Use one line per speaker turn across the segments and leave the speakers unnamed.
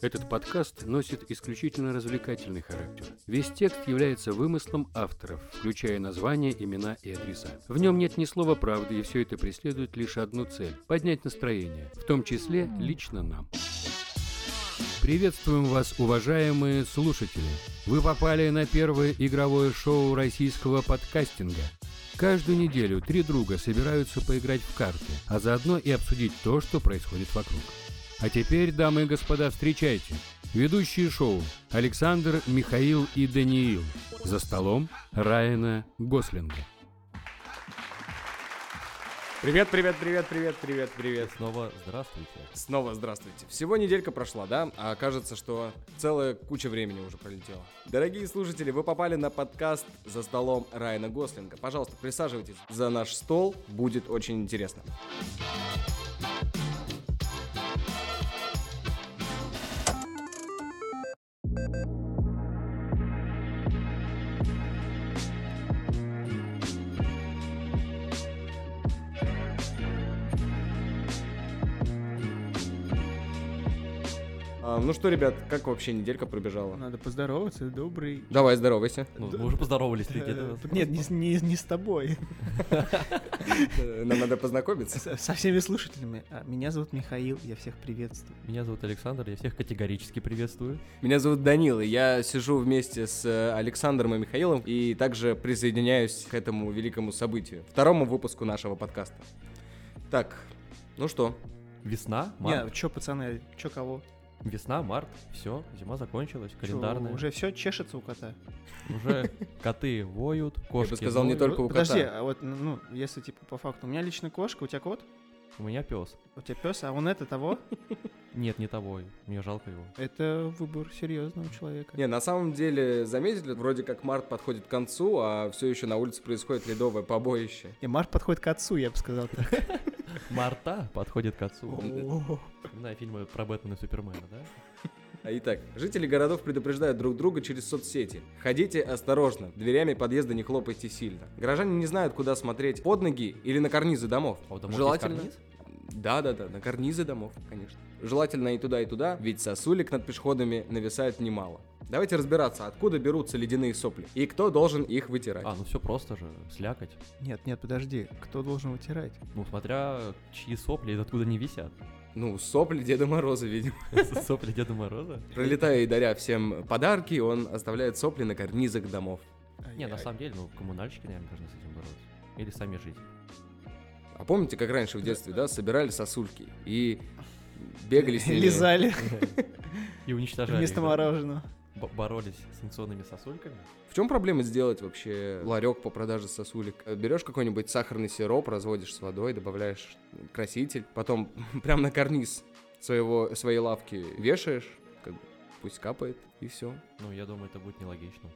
Этот подкаст носит исключительно развлекательный характер. Весь текст является вымыслом авторов, включая названия, имена и адреса. В нем нет ни слова правды, и все это преследует лишь одну цель – поднять настроение, в том числе лично нам. Приветствуем вас, уважаемые слушатели! Вы попали на первое игровое шоу российского подкастинга. Каждую неделю три друга собираются поиграть в карты, а заодно и обсудить то, что происходит вокруг. А теперь, дамы и господа, встречайте. Ведущие шоу Александр, Михаил и Даниил. За столом Райана Гослинга.
Привет, привет, привет, привет, привет, привет.
Снова здравствуйте.
Снова здравствуйте. Всего неделька прошла, да? А кажется, что целая куча времени уже пролетела. Дорогие слушатели, вы попали на подкаст «За столом Райана Гослинга». Пожалуйста, присаживайтесь за наш стол, будет очень интересно. А, ну что, ребят, как вообще неделька
Типа.
пробежала?
Надо поздороваться, добрый.
Давай, здоровайся.
Ну,
Да.
мы уже поздоровались ты
Э,
где-то.
так Нет, не, с- не, не с тобой,
Э, Нам надо познакомиться.
со со всеми слушателями. А, Меня зовут Михаил, я всех приветствую.
Меня зовут Александр, я всех категорически приветствую.
Меня зовут Данил, и я сижу вместе с э, Александром и Михаилом, и также присоединяюсь к этому великому событию, второму выпуску нашего подкаста. Так, ну что,
Весна,
Не,
март.
чё, пацаны, чё кого?
Весна, март, все, зима закончилась,
Чё,
календарная.
Уже все чешется у кота.
Уже коты воют,
бы
кошки.
сказал, не
ноют.
только у
Подожди,
кота.
а вот, ну, если типа по факту. У меня лично кошка, у тебя кот,
У меня пес.
у тебя пес, а он это того.
Нет, не того. Мне жалко его.
Это выбор серьезного человека.
Не, на самом деле, заметили, вроде как март подходит к концу, а все еще на улице происходит ледовое побоище.
И Март подходит к отцу, я бы сказал так.
Марта подходит к отцу.
О,
Вспоминаю фильмы про Бэтмена и Супермена, да?
А Итак, жители городов предупреждают друг друга через соцсети. Ходите осторожно, дверями подъезда не хлопайте сильно. Горожане не знают, куда смотреть, под ноги или на карнизы домов.
А у домов есть карниз?
Да-да-да, на карнизы домов, конечно. Желательно и туда, и туда, ведь сосулек над пешеходами нависает немало. Давайте разбираться, откуда берутся ледяные сопли и кто должен их вытирать.
А, ну все просто же, слякоть.
Нет, нет, подожди, кто должен вытирать?
Ну, смотря чьи сопли и откуда не висят.
Ну, сопли Деда Мороза, видимо.
Сопли Деда Мороза.
Пролетая и даря всем подарки, он оставляет сопли на карнизах домов.
Не, на
Ай-яй.
самом деле, ну, коммунальщики, наверное, должны с этим бороться. Или сами жить.
А помните, как раньше в детстве, да, собирали сосульки и бегали с ними?
Лизали
И уничтожали. их,
вместо
да.
мороженого.
Бо- Боролись с санкционными сосульками.
В чем проблема сделать вообще ларек по продаже сосулек? Э, Берешь какой-нибудь сахарный сироп, разводишь с водой, добавляешь краситель, потом прям на карниз своего, своей лавки вешаешь, как бы, пусть капает, и все.
Ну, я думаю, это будет нелогично.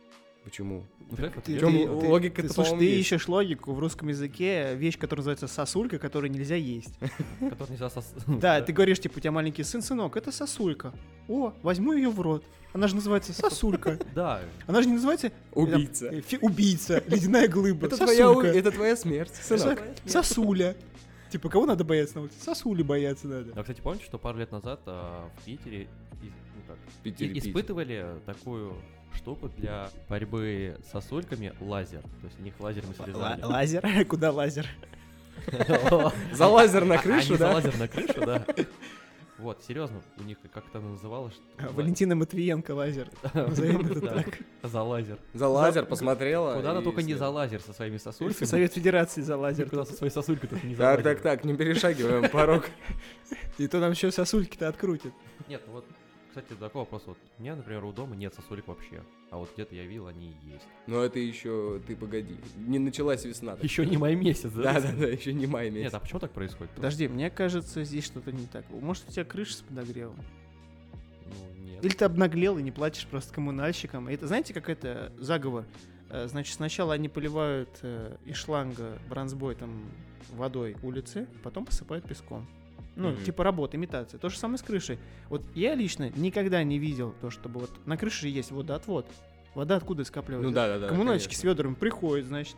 Почему?
Ну, как вот
Ты-
я
В чём
ты-
видел,
л-
ты-
логика-то,
ты, слушай,
по-моему,
ты
есть?
ищешь логику в русском языке, вещь, которая называется сосулька, которую нельзя есть.
который нельзя сос-
Да, ты говоришь, типа, у тебя маленький сын, сынок, это сосулька. О, возьму ее в рот. Она же называется сосулька.
Да,
Она же не называется...
Убийца.
э, фи- убийца, ледяная глыба.
Это твоя, у-
сосулька.
это твоя смерть, сынок.
Сосулька. Сосуля. Типа, кого надо бояться на улице? Сосули бояться надо.
А, кстати, помните, что пару лет назад а, в Питере из- ну как,
Питер,
и-
Питер.
испытывали такую штуку для борьбы с сосульками лазер. То есть они их лазером срезали.
Л- Лазер? Куда лазер?
За лазер на
А-
крышу,
они за
да?
лазер на крышу, да. Вот, серьезно, у них как-то она называлась. что-
Валентина Матвиенко лазер. Назовем А, это
Да,
так.
За лазер.
За лазер посмотрела.
Куда она
и
только не
след-
за лазер со своими сосульками.
Совет Федерации за лазер.
Куда со своей сосулькой только не за
Так,
лазер.
так, так, не перешагиваем порог.
И то нам еще сосульки-то открутят.
Нет, ну вот, кстати, такой вопрос. Вот у меня, например, у дома нет сосулек вообще. А вот где-то я видел, они и есть.
Но это еще, ты погоди, не началась весна. так.
Еще не май месяц,
Да, да, да, еще не май
Нет,
месяц.
а почему так происходит?
Подожди, мне кажется, здесь что-то не так. Может, у тебя крыша подогрела?
Ну, нет.
Или ты обнаглел и не платишь просто коммунальщикам. И Это, знаете, как это заговор? Э, Значит, сначала они поливают э, из шланга бронзбой там водой улицы, потом посыпают песком. Ну,
Мгм.
типа работа, имитация. То же самое с крышей. Вот я лично никогда не видел то, чтобы вот на крыше же есть водоотвод. Вода откуда скапливается?
Ну да, да, да.
Коммунальщики
конечно.
с ведрами приходят, значит,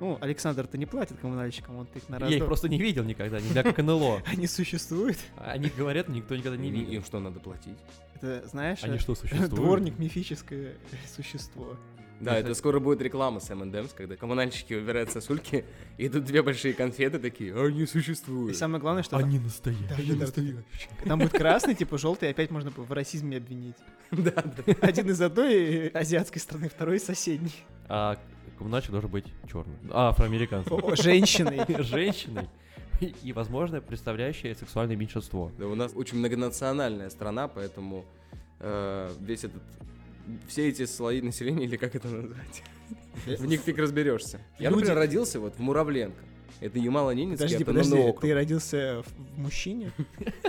Ну, Александр-то не платит коммунальщикам, он их на раз
Я их просто не видел никогда, ни для как НЛО.
Они существуют.
Они говорят, никто никогда не
И- Им
видел.
что, надо платить?
Это, знаешь,
Они
э,
что, существуют?
дворник мифическое существо.
Да, это скоро будет реклама с M&M's, когда коммунальщики выбирают сосульки, и тут две большие конфеты такие, «А, они
И
существуют.
самое главное, что
Они
Да,
настоящие.
да, да, там- там будет красный, типа желтый, опять можно бу- в расизме обвинить.
Да, да.
Один из одной э, азиатской страны, второй из соседней.
А коммунальщик должен быть черным. Афроамериканцем.
О, Женщиной.
Женщиной. И, и, возможно, представляющее сексуальное меньшинство.
Да, у нас очень многонациональная страна, поэтому э, весь этот все эти слои населения, или как это назвать, в них фиг разберешься. Я,
Люди-
например, родился вот в Муравленко. Это Ямало-Ненецкий
Подожди,
автономный
подожди, ты
округ.
родился в- в мужчине?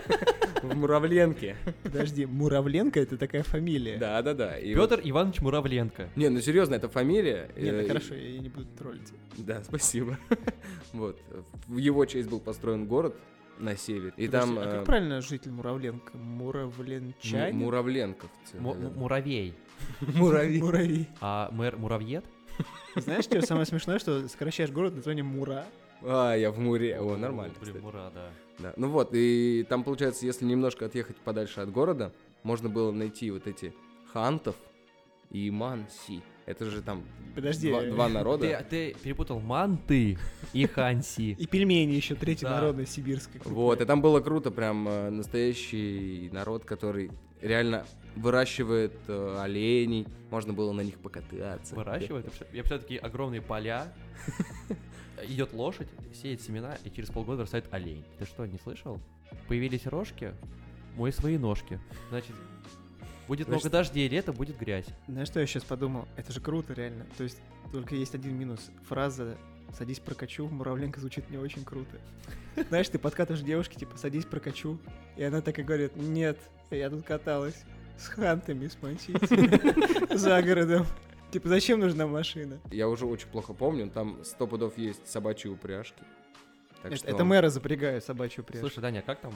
В Муравленке.
Подожди, Муравленко это такая фамилия.
Да-да-да. и вот-
Петр Иванович Муравленко.
Не, ну серьезно, это фамилия.
Нет,
э,
ну хорошо, я не буду троллить.
Да, спасибо. Вот. В его честь был построен город на севере. И
Подожди,
там...
а
э,
как правильно житель Муравленко?
Му-
Муравленчанин?
Муравленковцы.
Му-
наверное.
му- Муравей.
Муравей.
Муравей.
А мэр Муравьед?
Знаешь, что самое смешное, что сокращаешь город названием Мура.
А, я в Муре. О, нормально.
Блин,
кстати.
Мура, да.
Да. Ну вот, и там, получается, если немножко отъехать подальше от города, можно было найти вот эти хантов и манси. Это же там
Подожди.
два, два
Ты,
народа.
ты перепутал манты и ханси.
И пельмени еще, третья
Да.
народная сибирская. крупная.
Вот, и там было круто, прям э, настоящий народ, который реально выращивает э, оленей, можно было на них покататься.
Выращивают. Я представляю- Я представляю такие огромные поля. Идет лошадь, сеет семена, и через полгода растает олень. Ты что, не слышал? Появились рожки, мой свои ножки. Значит, будет много
Значит-
дождей, лето будет грязь.
Знаешь, что я сейчас подумал? Это же круто, реально. То есть, только есть один минус. Фраза «садись, прокачу» в Муравленко звучит не очень круто. Знаешь, ты подкатываешь девушке, типа «садись, прокачу», и она так и говорит «нет, я тут каталась с хантами, с мансийцами, за городом». Типа, зачем нужна машина?
Я уже очень плохо помню, там сто пудов есть собачьи упряжки. Так
Это
что
это мэра запрягают собачью пряжку.
Слушай, Даня, а как там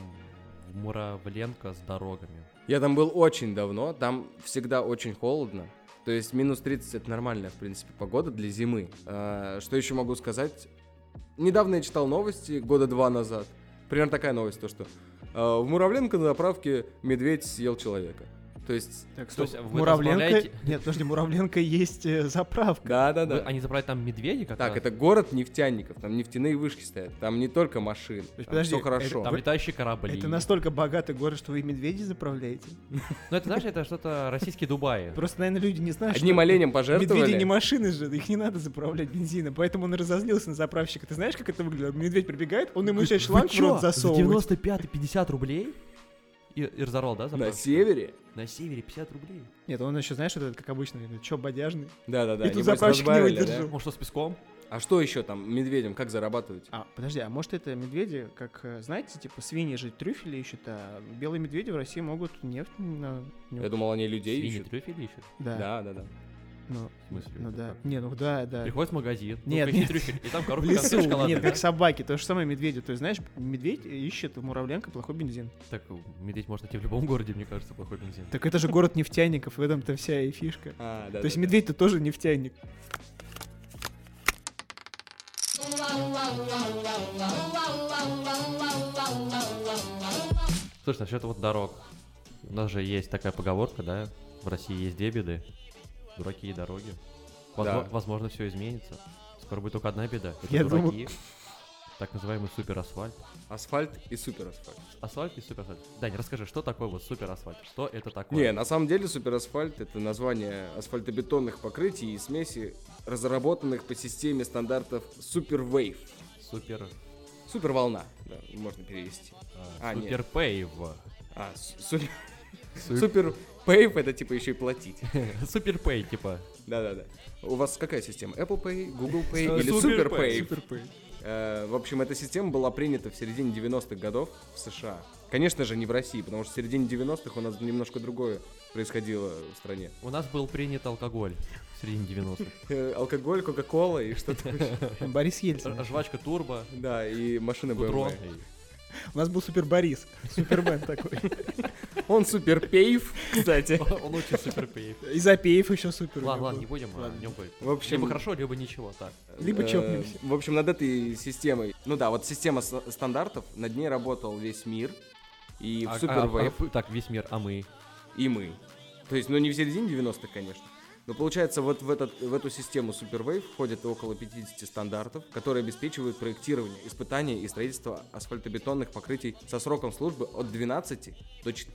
в Муравленко с дорогами?
Я там был очень давно, там всегда очень холодно. То есть минус 30 это нормальная, в принципе, погода для зимы. А, Что еще могу сказать? Недавно я читал новости, года два назад. Примерно такая новость, то что а, в Муравленко на заправке медведь съел человека. То есть...
Так,
То
стоп,
есть а
в
вы
Муравленко...
разбавляете-
Нет, подожди, Муравленко есть э, заправка.
Вы-
Да-да-да.
Они забрали там медведя как
Так,
раз?
это город нефтяников, там нефтяные вышки стоят, там не только машины,
есть, подожди,
все хорошо.
Там
Вы-
летающие корабли.
Это настолько богатый город, что вы и медведей заправляете?
Ну, это, знаешь, это что-то российский Дубай.
Просто, наверное, люди не знают,
Одним
что...
оленем пожертвовали.
Медведи не машины же, их не надо заправлять бензином, поэтому он разозлился на заправщика. Ты знаешь, как это выглядит? Медведь прибегает, он ему еще шланг в рот засовывает.
95 50 рублей? И, и разорвал, да,
На
заправщика?
севере?
На севере 50 рублей.
Нет, он еще, знаешь, вот этот, как обычно, говорит, чё, бодяжный?
Да-да-да.
И тут
небось,
заправщик не
разбавили, да?
выдержал.
Ну что, с песком?
А что еще там медведям, как зарабатывать?
А, подожди, а может это медведи, как, э, знаете, типа свиньи же трюфели ищут, а белые медведи в России могут нефть на... нюхать.
Я думал, они людей
Свиньи
ищут.
трюфели ищут.
Да,
Да, да, да.
Ну,
В смысле?
ну
Это
да.
как?
Не, ну да, да.
Приходит в магазин, ну,
Нет,
поищи
нет.
трюфель, и там
В
коробка
лесу,
конфет шоколадных,
нет,
да?
как собаки, то же самое медведи. То есть, знаешь, медведь ищет у Муравленко плохой бензин.
Так, медведь может найти в любом городе, мне кажется, плохой бензин.
Так это же город нефтяников, в этом-то вся и фишка.
А, да,
То есть
да, да.
медведь-то тоже нефтяник.
Слушай, насчет вот дорог. У нас же есть такая поговорка, да? В России есть дебеды, дураки и дороги. Возмо-
Да.
Возможно, все изменится. Скоро будет только одна беда. Это
Я
дураки. Так называемый суперасфальт.
Асфальт и суперасфальт.
Асфальт и суперасфальт. Дань, расскажи, что такое вот суперасфальт? Что это такое?
Не, на самом деле суперасфальт это название асфальтобетонных покрытий и смеси, разработанных по системе стандартов Супервейв.
Супер... э,
Суперволна, да, можно перевести.
А,
А, нет.
суперпейв.
А, с- супер... Супервейв это типа еще и платить.
Суперпей, типа.
Да-да-да. У вас какая система? Apple Pay, Google Pay
Э,
или
Супер
Суперпэй?
Pay.
Э, В общем, эта система была принята в середине 90-х годов в США. Конечно же, не в России, потому что в середине 90-х у нас немножко другое происходило в стране.
У нас был принят алкоголь в середине 90-х.
Э, Алкоголь, Кока-Кола и что-то еще.
Борис
Ж-
Ельцин.
Жвачка турбо,
Да, и машины
утрон.
BMW.
У нас был Супер Борис. Супермен такой.
Он суперпейв, кстати.
Он очень супер пейп.
И Запеев еще супер.
Ладно, ладно,
был.
не будем о
Ладно.
нем говорить.
В общем,
Либо хорошо, либо ничего, так.
Либо
Э,
чокнемся.
В общем, над этой системой, ну да, вот система с- стандартов, над ней работал весь мир и
А-
в
а- а-
Супервейв,
Так, весь мир, а мы?
и мы. То есть, ну не в середине 90-х, конечно. Но получается, вот в, этот, в эту систему Супервейв входит около 50 стандартов, которые обеспечивают проектирование, испытания и строительство асфальтобетонных покрытий со сроком службы от 12 до, чет-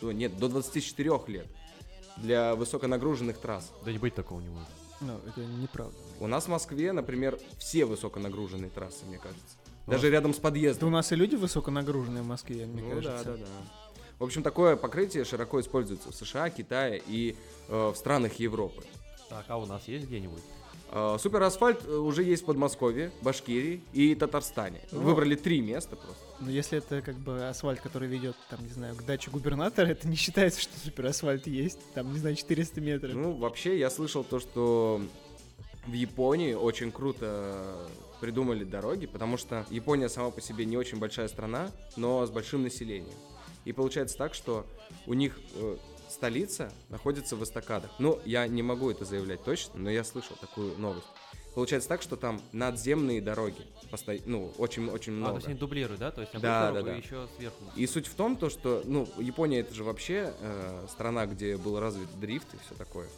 о, нет, до 24 лет для высоконагруженных трасс.
Да не быть такого не может.
Ну, это неправда.
У нас в Москве, например, все высоконагруженные трассы, мне кажется.
Ну,
Даже рядом с
Да
подъездом.
у нас и люди высоконагруженные в Москве, мне
Ну
кажется.
да, да, да. В общем, такое покрытие широко используется в США, Китае и э, в странах Европы.
Так, а у нас есть где-нибудь?
Э, суперасфальт э, уже есть в Подмосковье, Башкирии и Татарстане.
Ну.
Выбрали три места просто.
Но если это как бы асфальт, который ведет, там, не знаю, к даче губернатора, это не считается, что суперасфальт есть. Там, не знаю, 400 метров.
Ну, вообще, я слышал то, что в Японии очень круто придумали дороги, потому что Япония сама по себе не очень большая страна, но с большим населением. И получается так, что у них э, столица находится в эстакадах. Ну, я не могу это заявлять точно, но я слышал такую новость. Получается так, что там надземные дороги, посто- ну, очень-очень
А, то
много.
есть они дублируют, да? То есть
Да,
обычно
да, да.
еще сверху.
И суть в том, то, что, ну, Япония это же вообще э, страна, где был развит дрифт и все такое.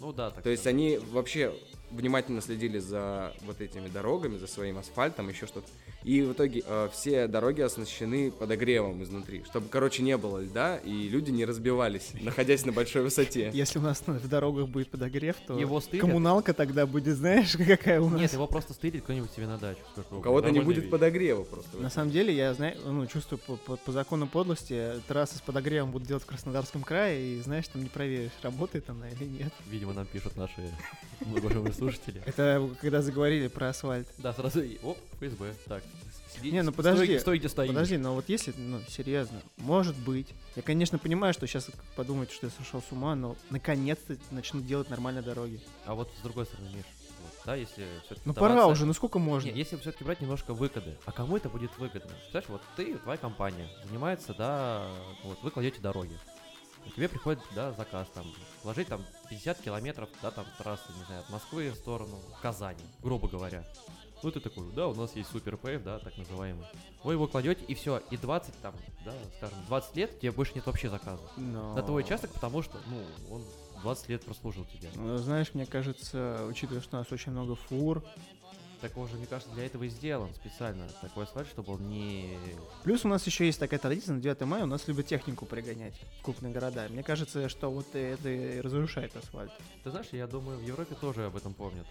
Ну да, так.
То есть
скажем.
они вообще внимательно следили за вот этими дорогами, за своим асфальтом, еще что-то. И в итоге э, все дороги оснащены подогревом изнутри, чтобы, короче, не было льда, и люди не разбивались, находясь на большой высоте.
Если у нас на- в дорогах будет подогрев, то
Его стырят?
коммуналка тогда будет, знаешь, какая у нас.
Нет, его просто стырит кто-нибудь себе на дачу. скажет,
У
«О,
кого-то не
нормальная
будет
вещь».
подогрева просто.
На самом деле, я знаю, ну, чувствую по, по- по закону подлости, трассы с подогревом будут делать в Краснодарском крае, и знаешь, там не проверишь, работает она или нет.
Видимо, нам пишут наши уважаемые слушатели.
Это когда заговорили про асфальт.
Да, сразу и оп, ФСБ. Так, с- сидите,
Не, ну
стой-
подожди,
Стой, где стоишь.
Подожди, но вот если, ну, серьезно, может быть, я, конечно, понимаю, что сейчас подумают, что я сошел с ума, но наконец-то начнут делать нормальные дороги.
А вот с другой стороны, Миш, вот, да, если все-таки...
Ну, пора уже, ну сколько можно?
Нет, если все-таки брать немножко выгоды, а кому это будет выгодно? Знаешь, вот ты, твоя компания занимается, да, вот вы кладете дороги. И Тебе приходит, да, заказ там, вложить там 50 километров, да, там трассы, не знаю, от Москвы в сторону Казани, грубо говоря. Ну ты такой, да, у нас есть супер пейв, да, так называемый. Вы его кладете, и все, и 20 там, да, скажем, 20 лет тебе больше нет вообще заказа.
Но...
На твой участок, потому что, ну, он 20 лет прослужил тебе.
А. Ну, Знаешь, мне кажется, учитывая, что у нас очень много фур,
Так он же, мне кажется, для этого и сделан специально. Такой асфальт, чтобы он не...
Плюс у нас еще есть такая традиция, на 9 мая у нас любят технику пригонять в крупные города. Мне кажется, что вот это и разрушает асфальт.
Ты знаешь, я думаю, в Европе тоже об этом помнят.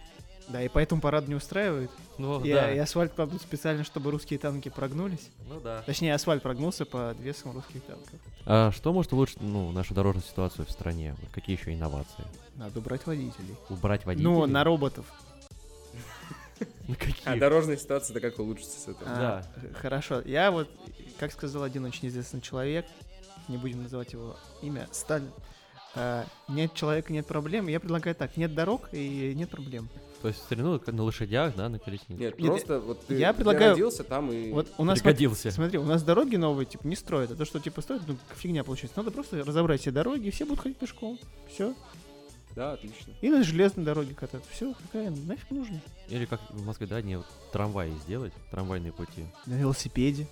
Да, и поэтому парад не устраивает.
Ну
и,
да,
и асфальт кладут специально, чтобы русские танки прогнулись.
ну да.
Точнее, асфальт прогнулся под весом русских танков.
А что может улучшить, ну, нашу дорожную ситуацию в стране? Вот какие еще инновации?
Надо брать водителей.
Убрать водителей?
Ну, на роботов.
А
Ну, какие?
дорожная ситуация-то как улучшится с этого?
А, х- Хорошо. Я вот, как сказал один очень известный человек, не будем называть его имя, Сталин. а, нет человека, нет проблем. Я предлагаю так, нет дорог и нет проблем.
То есть, ну, на лошадях, да, на колеснице?
Нет,
Нет,
просто вот ты
я
где
предлагаю-
родился, там и...
Вот у нас,
Пригодился.
Смотри, у нас дороги новые, типа, не строят. А то, что, типа, строят, ну, фигня получается. Надо просто разобрать все дороги, и все будут ходить пешком. Все.
Да, отлично.
И на железной дороге кататься. Все, какая нафиг нужно.
Или как в Москве, да, не вот трамваи сделать, трамвайные пути.
На велосипеде.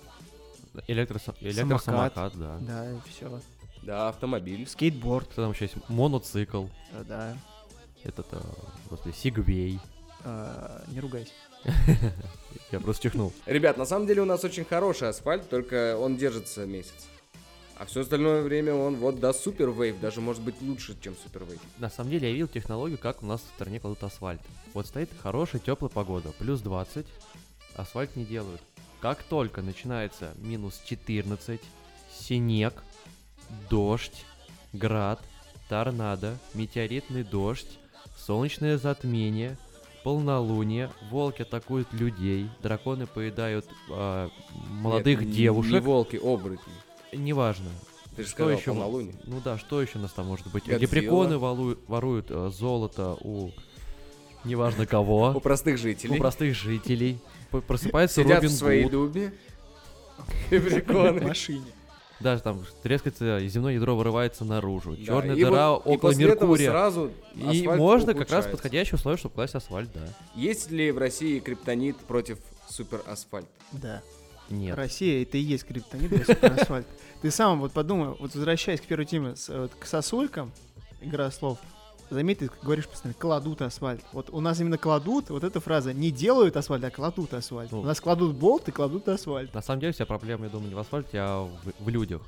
Электросам- Электросамокат, да.
Да, и все.
Да, автомобиль.
Скейтборд,
Что там еще есть? Моноцикл.
э, да.
Этот, э, господи, Сигвей.
Э, не ругайся.
Я просто чихнул.
Ребят, на самом деле у нас очень хороший асфальт, только он держится месяц. А все остальное время он вот до супервейв, даже может быть лучше, чем супервейв.
На самом деле я видел технологию, как у нас в стране кладут асфальт. Вот стоит хорошая теплая погода, плюс 20, асфальт не делают. Как только начинается минус 14, синек, дождь, град, торнадо, метеоритный дождь, солнечное затмение, полнолуние, волки атакуют людей, драконы поедают э, молодых
Нет, не- Не
девушек,
волки, оборотни.
неважно.
Ты же
Что
сказал
еще
полнолуние.
Ну да, что еще у нас там может быть?
Годзилла.
Лепреконы валу- воруют э, золото у неважно
У
кого,
простых
А? у
жителей.
простых жителей. П- Просыпается
Сидят
Робин
в своей
Гуд.
дубе. И приконы.
машине.
Даже там трескается, и земное ядро вырывается наружу.
Да,
Черная
и
дыра
вот- и
около
после этого
Меркурия.
сразу
И
асфальт
можно как раз
ухудшается.
подходящие условия, чтобы класть асфальт, да.
Есть ли в России криптонит против суперасфальта?
Да.
Нет.
Россия это и есть криптонит для суперасфальта. Ты сам вот подумай, вот возвращаясь к первой теме, с- э, вот к сосулькам, игра слов, заметь, ты говоришь постоянно, кладут асфальт. Вот у нас именно кладут, вот эта фраза, не делают асфальт, а кладут асфальт.
Ну.
У нас кладут болт и кладут асфальт.
На самом деле вся проблема, я думаю, не в асфальте, а в, в людях.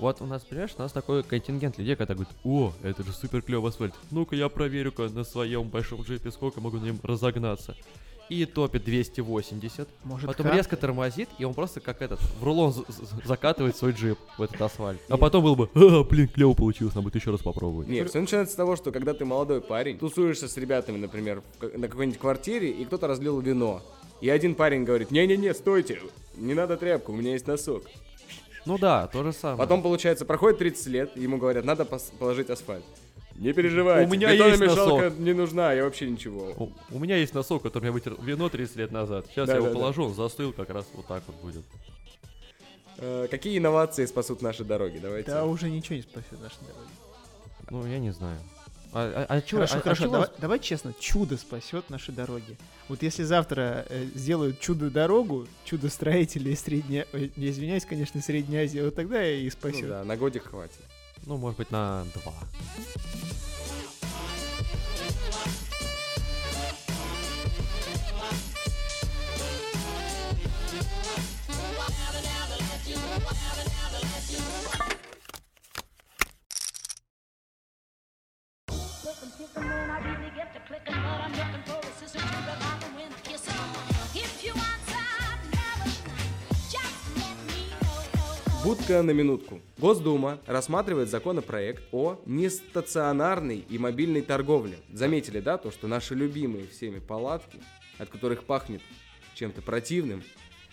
Вот у нас, понимаешь, у нас такой контингент людей, когда говорят, о, это же супер клевый асфальт, ну-ка я проверю-ка на своем большом джипе, сколько могу на нем разогнаться. И топит 280,
Может,
потом
как?
резко тормозит, и он просто как этот, в рулон з- з- закатывает свой джип в этот асфальт. А
Нет.
потом был бы, «А, блин, клево получилось, надо будет еще раз попробовать.
Нет, все начинается с того, что когда ты молодой парень, тусуешься с ребятами, например, в ка- на какой-нибудь квартире, и кто-то разлил вино. И один парень говорит, не-не-не, стойте, не надо тряпку, у меня есть носок.
Ну да, то же самое.
Потом, получается, проходит 30 лет, и ему говорят, надо пос- положить асфальт. Не переживайте,
У меня
бетономешалка
есть
не нужна, я вообще ничего.
У, у меня есть носок, который я вытер вино 30 лет назад. Сейчас
Да,
я его
да, да.
положу, он застыл, как раз вот так вот будет.
Э, какие инновации спасут наши дороги? Давайте. Ну
Да уже ничего не спасет наши дороги.
Ну, я не знаю. А, а- а чё-
Хорошо,
а- а
хорошо,
чё
давай,
вас-
давай честно, чудо спасет наши дороги. Вот если завтра э, сделают чудо-дорогу, чудо-строители из Средней... ой, Не извиняюсь, конечно, Средней Азии, вот тогда и
Ну
спасет.
да, на годик хватит.
Ну, может быть, на два.
Looking, kicking when I really get to clicking, but I'm looking for a sister to revive the wind kissing. If you want some loving, just let me know.
Будка на минутку. Госдума рассматривает законопроект о нестационарной и мобильной торговле. Заметили, да, то, что наши любимые всеми палатки, от которых пахнет чем-то противным,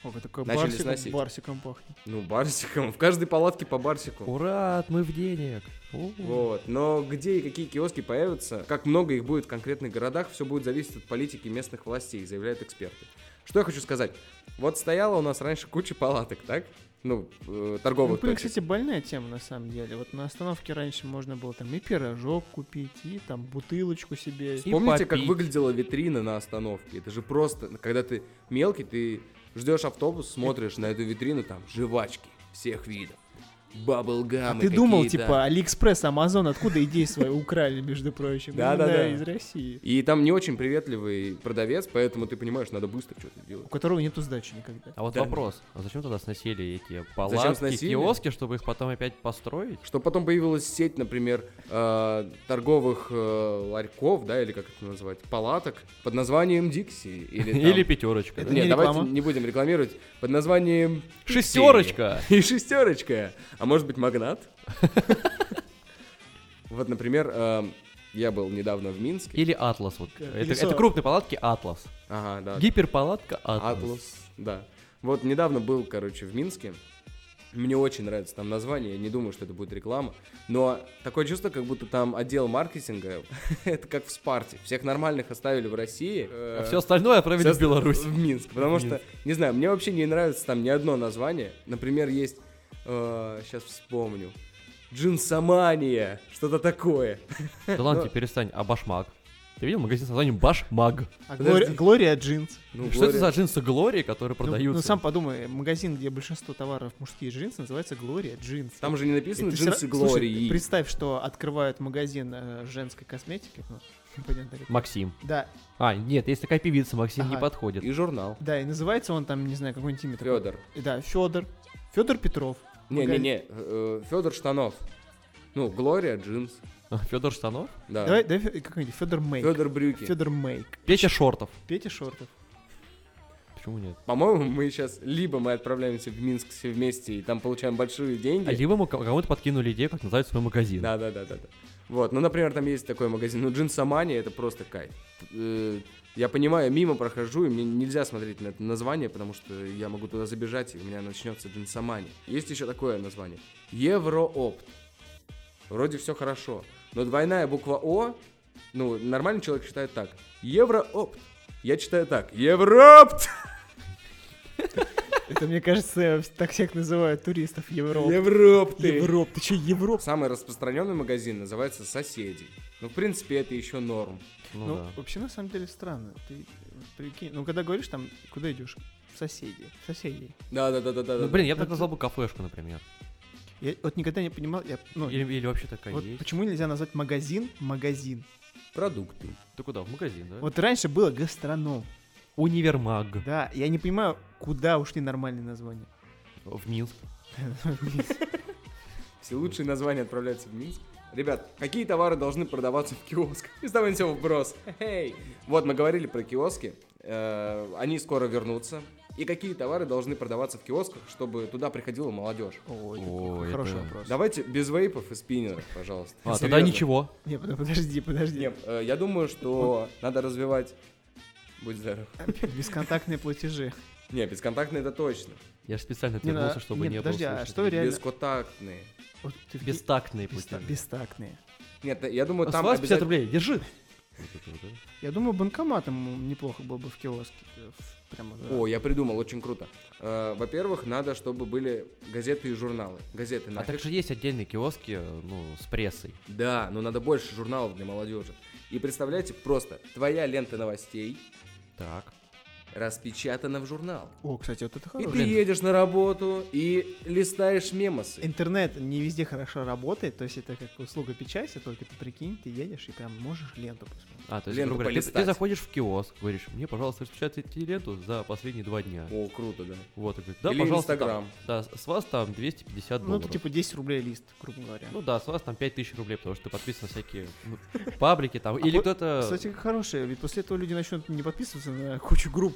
О, вы такой
Начали
барсиком,
сносить.
барсиком пахнет.
ну, барсиком, в каждой палатке по барсику.
Ура, мы в денег. У.
Вот. Но где и какие киоски появятся, как много их будет в конкретных городах, все будет зависеть от политики местных властей, заявляют эксперты. Что я хочу сказать. Вот стояла у нас раньше куча палаток, так? Ну, э,
Ну,
торговых
блин,
точек.
кстати, больная тема на самом деле. Вот на остановке раньше можно было там и пирожок купить, и там бутылочку себе.
И
Помните, как
попить.
выглядела витрина на остановке? Это же просто, когда ты мелкий, ты ждешь автобус, смотришь на эту витрину, там жвачки всех видов,
А
баблгамы
ты думал,
какие-то.
типа, Алиэкспресс, Амазон, откуда идеи свои украли, между прочим?
Да-да-да.
Именно Из России.
И там не очень приветливый продавец, поэтому ты понимаешь, надо быстро что-то делать.
У которого нету сдачи никогда.
А вот
Да.
вопрос, а зачем тогда сносили эти палатки,
сносили?
киоски, чтобы их потом опять построить?
Что потом появилась сеть, например, э, торговых э, ларьков, да, или как это назвать, палаток под названием Дикси. Или, там-
Или пятерочка?
Это
Нет,
не
давайте
реклама.
не будем рекламировать. Под названием
Шестерочка!
И шестерочка. А может быть, магнат? Вот, например, эм, я был недавно в Минске.
Или Атлас. Вот.
Как
Это,
лицо.
это крупные палатки Атлас.
Ага, да.
Гиперпалатка Атлас.
Атлас, да. Вот недавно был, короче, в Минске. Мне очень нравится там название, я не думаю, что это будет реклама. Но такое чувство, как будто там отдел маркетинга, это как в Спарте. Всех нормальных оставили в России.
А
э,
все остальное провели
Сейчас
в Беларуси.
В Минск. Потому
В
что, не знаю, мне вообще не нравится там ни одно название. Например, есть, сейчас вспомню, джинсомания, что-то такое.
Да ладно, тебе перестань, а башмак? Ты видел магазин с названием Башмаг?
А
подожди.
Глори- Глория джинс.
Ну,
Что
Глория-
это за джинсы Глории, которые
Ну,
продаются?
Ну, сам подумай, магазин, где большинство товаров мужские джинсы, называется Глория джинс.
Там же не написано
И ты
джинсы
сра- слушай,
Глории.
представь, что открывают магазин э, женской косметики. ну, понятно, как-
Максим.
Да,
А, нет, есть такая певица, Максим не
Ага.
подходит.
И журнал.
да, и называется он там, не знаю, какой-нибудь имя. такое.
Федор.
Да, Федор. Федор Петров.
Не-не-не, э, Федор Штанов. Ну, Глория джинс.
Федор Штанов?
Да.
Давай, давай Фе- какой-нибудь Федор Мейк.
Федор брюки.
Федор Мейк.
Петя Шортов.
Петя Шортов.
Почему нет?
По-моему, мы сейчас либо мы отправляемся в Минск все вместе и там получаем большие деньги.
А либо мы ко- кому-то подкинули идею, как назвать свой магазин.
Да, да, да, да, да. Вот, ну, например, там есть такой магазин, ну, джинсомания, это просто кайф. Э, Я понимаю, мимо прохожу, и мне нельзя смотреть на это название, потому что я могу туда забежать, и у меня начнется джинсомания. Есть еще такое название. Евроопт. Вроде все хорошо, но двойная буква О, ну, нормальный человек считает так. Евроопт. Я читаю так. Европт!
Это, мне кажется, так всех называют туристов Европы.
Европ
Европ, ты че, Европ?
Самый распространенный магазин называется «Соседи». Ну, в принципе, это еще норм.
Ну,
Ну,
да.
вообще, на самом деле, странно. Ты прикинь, ну, когда говоришь там, куда идешь? В соседи. В соседей.
Да-да-да-да-да.
Ну, блин, я бы так
это-
назвал бы кафешку, например.
Я вот никогда не понимал, я, ну,
Или, или вообще такая
вот
есть.
почему нельзя назвать магазин магазин?
Продукты.
Ты куда? В магазин, да?
Вот раньше было гастроном.
Универмаг.
Да, я не понимаю, куда ушли нормальные названия.
В Минск.
Все лучшие названия отправляются в Минск. Ребят, какие товары должны продаваться в киосках? И ставим себе вопрос. Эй. Вот мы говорили про киоски. Э, Они скоро вернутся. И какие товары должны продаваться в киосках, чтобы туда приходила молодежь?
Ой,
Ой, это-
хороший вопрос.
Давайте без вейпов и спиннеров, пожалуйста.
А, тогда
Серьезно.
ничего.
Не, под- подожди, подожди.
Нет, э, я думаю, что надо развивать... Будь здоров.
Бесконтактные платежи.
Не, бесконтактные это точно.
Я же специально
Не,
отвернулся,
на-
чтобы
не,
не было
подожди, а
слышно.
что реально-
Бесконтактные.
Вот ты в-
Бестактные
беста-
платежи.
Бестактные.
Нет, я думаю,
А С
там
вас 50
обязательно...
рублей, держи.
Я думаю, банкоматом неплохо было бы в киоске. э, в- Прямо, да.
О, я придумал, очень круто. Э, Во-первых, надо, чтобы были газеты и журналы. Газеты
А
нафиг.
также есть отдельные киоски, э, ну, с прессой.
Да, но надо больше журналов для молодежи. И представляете, просто твоя лента новостей
Так.
распечатана в журнал.
О, кстати, вот это
И
хорошо.
ты едешь на работу и листаешь мемосы.
Интернет не везде хорошо работает, то есть это как услуга печати, только ты прикинь, ты едешь и прям можешь ленту посмотреть.
А, то есть,
Ленту
грубо говоря, ты, ты
полистать.
заходишь в киоск, говоришь, мне, пожалуйста, распечатайте ленту за последние два дня.
О, круто, да.
Вот, и говорит, да,
Или
пожалуйста,
Инстаграм.
там, да, с вас там 250
Ну,
долларов.
это типа 10 рублей лист, грубо говоря.
Ну да, с вас там 5000 рублей, потому что ты подписан на всякие ну, паблики там. Или
А вот,
кто-то...
Кстати, как хорошее, ведь после этого люди начнут не подписываться на кучу групп.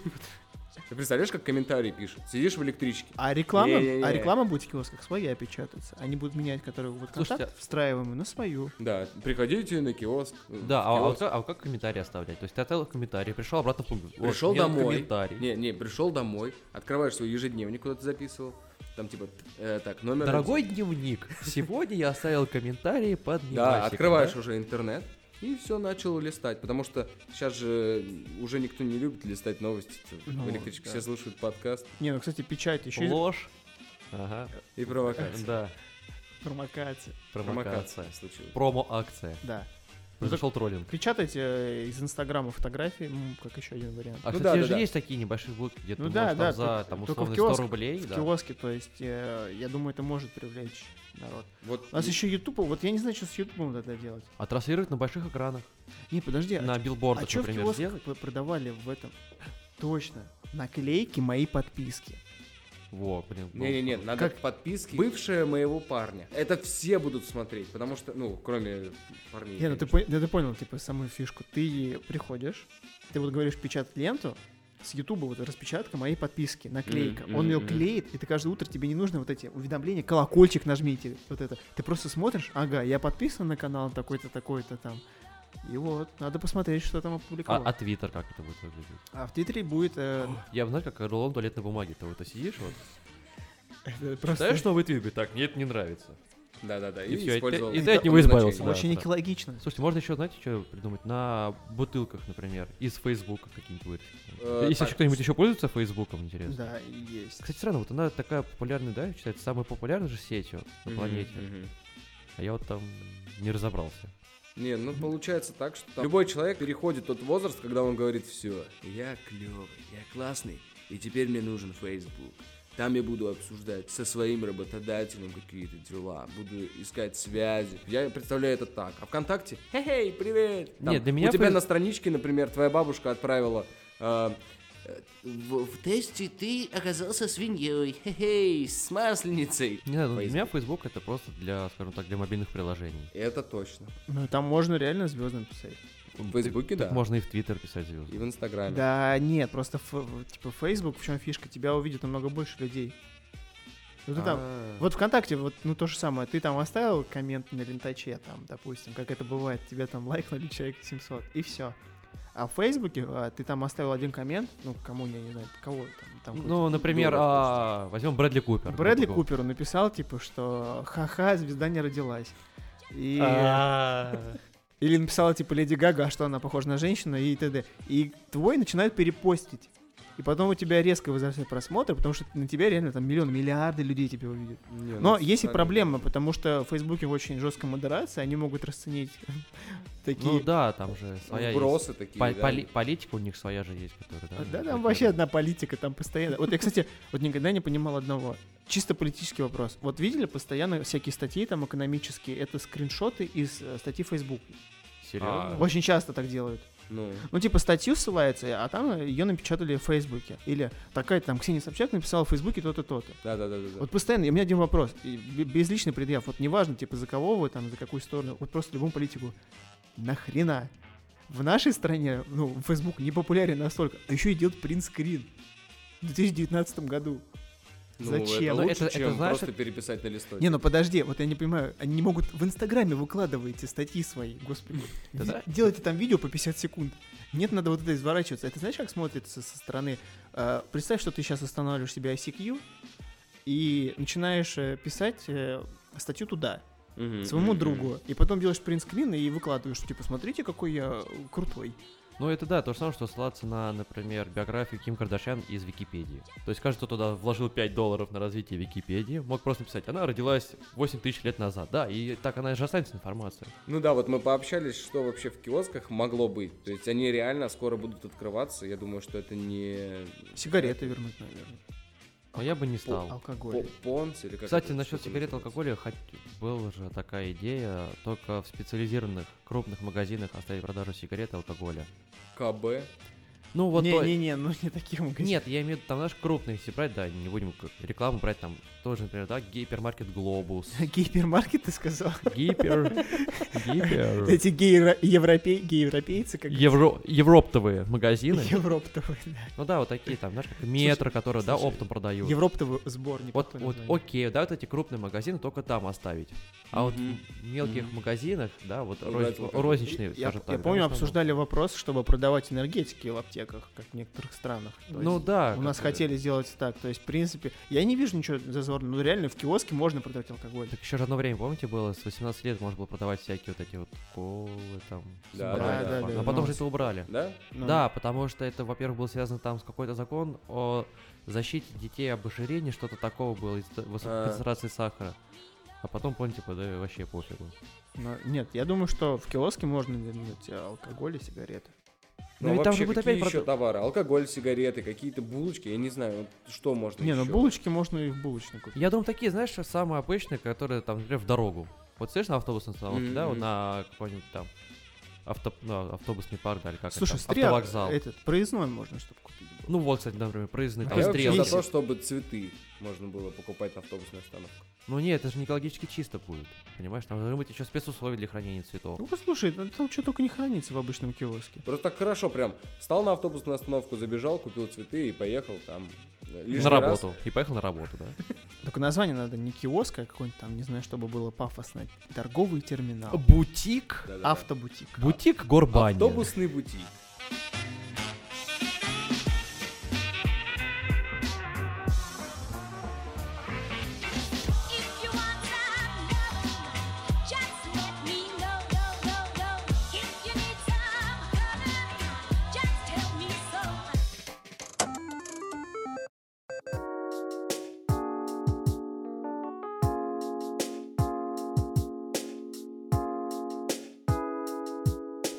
Ты представляешь, как комментарии пишут? Сидишь в электричке.
А реклама,
Не-не-не.
а реклама будет в киосках своя печататься. Они будут менять, которую вот контакт
Слушайте, а-
встраиваемый на свою.
Да, приходите на киоск. э,
Да,
в
а, а
киоск.
как, а как комментарии оставлять? То есть ты оставил комментарий, пришел обратно в пункт. Вот,
Пришел
нет
домой.
комментарий.
Не, не, пришел домой, открываешь свой ежедневник, куда ты записывал. Там типа, э, так, номер...
Дорогой дневник, сегодня я оставил комментарии под
один. Да,
мимасиком,
открываешь
да?
уже интернет. И все, начал листать, потому что сейчас же уже никто не любит листать новости.
Ну,
в электричке
да.
все слушают подкаст
Не, ну, кстати, печать еще и
Ложь. Ага,
и провокация.
да,
промокация.
промокация.
случилась. Ну
Промо-акция.
Да.
Произошел троллинг.
Печатать э, из Инстаграма фотографии, м, как еще один вариант.
А,
Ну
кстати,
да, да,
же
да.
есть такие небольшие блоки, где
Ну
ты
да,
можешь
да,
там за
только- только
там,
в
условно 100
киосках,
рублей.
в
да.
киоске, то есть, э, я думаю, это может привлечь народ.
Вот
У нас еще YouTube, вот я не знаю, что с YouTube надо делать.
А транслировать на больших экранах.
Не, подожди, а
на билбордах,
а что в
например,
киосках
сделать.
вы продавали в этом? Точно. Наклейки мои подписки.
Во, блин. ну, был
Не-не-не,
хороший.
надо подписки. Бывшая моего парня. Это все будут смотреть, потому что, ну, кроме парней.
Не, ну ты,
конечно.
пон- ну ты понял, типа, самую фишку. Ты приходишь, ты вот говоришь печатать ленту, с Ютуба вот распечатка моей подписки, наклейка.
Мгм,
Он ее
мгм, мгм.
клеит, и ты каждое утро тебе не нужно вот эти уведомления, колокольчик нажмите, вот это. Ты просто смотришь, ага, я подписан на канал такой-то, такой-то там. И вот, надо посмотреть, что там
А,
опубликовано.
а Твиттер как это будет выглядеть?
А, в Твиттере будет... э,
Я бы, знаешь, как рулон туалетной бумаги. Ты вот это сидишь, вот,
это просто
читаешь новый твит, говорит, так, мне это не нравится.
Да-да-да,
И
и,
всё, и ты-
использовал
и ты от
в
него
назначении.
избавился, да.
очень экологично.
Слушайте, можно еще, знаете, что придумать? На бутылках, например, из Фейсбука какие-нибудь вырезки.
Э,
Если
так,
вообще кто-нибудь еще пользуется Фейсбуком, интересно.
Да, и есть.
Кстати, странно, вот она такая популярная, да, считается самой популярной же сетью на
Мгм,
планете.
мгм.
А я вот там не разобрался.
Не, ну получается так, что там любой человек переходит тот возраст, когда он говорит все. Я клевый, я классный, и теперь мне нужен Facebook. Там я буду обсуждать со своим работодателем какие-то дела, буду искать связи. Я представляю это так. А ВКонтакте? Хей, привет! Там
Нет, для меня
у тебя
фейс-
на страничке, например, твоя бабушка отправила э, э, в, в тесте ты оказался свиньей, хе-хей, с масленицей.
Не знаю, ну, для
Фейсбук.
меня Facebook это просто для, скажем так, для мобильных приложений.
Это точно.
Ну, там можно реально звездам писать.
В Фейсбуке, да.
Ну, Так можно и в Твиттер писать звезды.
И в Инстаграме.
Да, нет, просто ф- в- типа Facebook, в чем фишка, тебя увидит намного больше людей. Ну, ты там,
А.
вот ВКонтакте, вот, ну, то же самое, ты там оставил коммент на лентаче, там, допустим, как это бывает, тебя там лайкнули человек 700, и все. А в Фейсбуке а, ты там оставил один коммент, ну, кому, я не знаю, кого там. там
Ну, например,
Дура,
а, возьмем Брэдли Купер.
какой-то. Брэдли
Купер.
Куперу написал, типа, что ха-ха, звезда не родилась. И... Или а написала, типа, Леди Гага, что она похожа на женщину и т.д. И твой начинают перепостить. и потом у тебя резко возрастает просмотр, потому что на тебя реально там миллион, миллиарды людей тебя увидят.
Не, ну,
Но
это
есть и
правильно.
проблема, потому что в Фейсбуке очень жесткая модерация, они могут расценить
Ну
такие...
да, там же своя есть.
Вбросы такие,
Пол-
да.
поли- политика у них своя же есть, которая,
Да,
да? они
там
хотят.
вообще одна политика, там постоянно. Вот я, кстати, вот никогда не понимал одного. Чисто политический вопрос. Вот видели постоянно всякие статьи там экономические, это скриншоты из э, статьи Facebook.
Серьезно?
А.
Очень часто так делают.
Ну,
Ну, типа, статью ссылается, а там ее напечатали в Фейсбуке. Или такая там Ксения Собчак написала в Фейсбуке то-то, то-то.
да-да-да.
Вот постоянно, и у меня один вопрос, и б- безличный предъяв, вот неважно, типа, за кого вы там, за какую сторону, вот просто любому политику, нахрена? В нашей стране, ну, Facebook не популярен настолько, а еще и делают принт-скрин в 2019 году.
Это
зачем?
Ну,
лучше,
это- это
чем
знаешь,
просто
это-
переписать на листочек.
Не, ну подожди, вот я не понимаю, они не могут, в Инстаграме выкладываете статьи свои, господи.
Да, да.
Делайте там видео по 50 секунд. Нет, надо вот это изворачиваться. Это знаешь, как смотрится со стороны? Э, Представь, что ты сейчас останавливаешь себе ICQ и начинаешь э, писать э, статью туда,
Мгм,
своему
мгм.
другу, и потом делаешь принт-скрин и выкладываешь, что, типа, смотрите, какой я крутой.
Ну это да, то же самое, что ссылаться на, например, биографию Ким Кардашьян из Википедии. То есть каждый, кто туда вложил 5 долларов на развитие Википедии, мог просто написать, она родилась 8 тысяч лет назад. Да, и так она же останется информация.
Ну да, вот мы пообщались, что вообще в киосках могло быть. То есть они реально скоро будут открываться. Я думаю, что это не
Сигареты вернуть, наверное.
Но я бы не стал.
Алкоголь.
по- понс или как
Кстати,
это,
насчет
что-то
сигарет и
называется.
алкоголя, хоть была же такая идея, только в специализированных крупных магазинах оставить продажу сигарет и алкоголя.
КБ.
Ну вот то-
Не-не-не, ну не такие магазины.
Нет, я имею в виду, там, знаешь, крупные, если брать, да, не будем к- рекламу брать, там тоже, например, да, гипермаркет Глобус,
Гипермаркет, ты сказал?
гипер, гипер,
Эти гей-европейцы, как
Евро- европтовые магазины.
Европтовый, да.
Ну да, вот такие там, знаешь, как метро, которые, да,
слушай,
оптом продают.
Европтовый сборник.
Вот,
такой
вот,
название.
окей, да, вот эти крупные магазины только там оставить. А вот
Мгм.
в мелких
Мгм.
магазинах, да, вот
Ну,
роз-
это вот
розничные,
Я,
скажем
я
так. да, ну,
помню,
в основном.
обсуждали вопрос, чтобы продавать энергетики в аптеках, как в некоторых странах. То
Ну
есть
да.
У нас
как бы.
хотели сделать так. То есть, в принципе, я не вижу ничего зазорного. Ну, реально, в киоске можно продавать алкоголь.
Так еще же одно время, помните, было, с 18 лет можно было продавать всякие вот эти вот колы там.
Да,
бренды,
да, да,
пар-
да,
Но потом
ну.
же это убрали.
Да?
Ну,
Да, потому что это, во-первых, был связан там с какой-то закон о защите детей об ожирении, что-то такого было, из-за высокой
А.
концентрации сахара. А потом, помните, да, вообще пофигу.
но нет, я думаю, что в киоске можно вернуть э, алкоголь и сигареты.
Ну,
Ну,
ведь там
вообще,
же будет
какие
опять
еще
прода-
товары? Алкоголь, сигареты, какие-то булочки, я не знаю, вот что можно
Не, ну
еще?
булочки можно и в булочной купить.
Я думаю, такие, знаешь, самые обычные, которые там, например, в дорогу. Вот стоишь на автобусной остановке, да, вот
Мгм.
на какой-нибудь там авто... ну, автобусный парк, да, или как это
Слушай,
там,
стрел...
автовокзал.
этот, проездной можно, чтобы купить. было.
Ну вот, кстати, например, проездные
А
там
я вообще
стрелки.
за то, чтобы цветы можно было покупать на автобусной остановке.
Ну нет, это же не экологически чисто будет. Понимаешь, там должны быть еще спецусловия для хранения цветов.
Ну, послушай, ну, там что только не хранится в обычном киоске.
Просто так хорошо прям. Встал на автобусную остановку, забежал, купил цветы и поехал там. э, лишний
на
раз.
работу. И поехал на работу, да.
Только название надо не киоск, а какой-нибудь там, не знаю, чтобы было пафосно. Торговый терминал.
Бутик?
Да-да-да.
Автобутик.
Бутик
А
Горбани.
Автобусный бутик.
If you want some loving, just let me know, no, no, no. If you need some loving, just tell me so.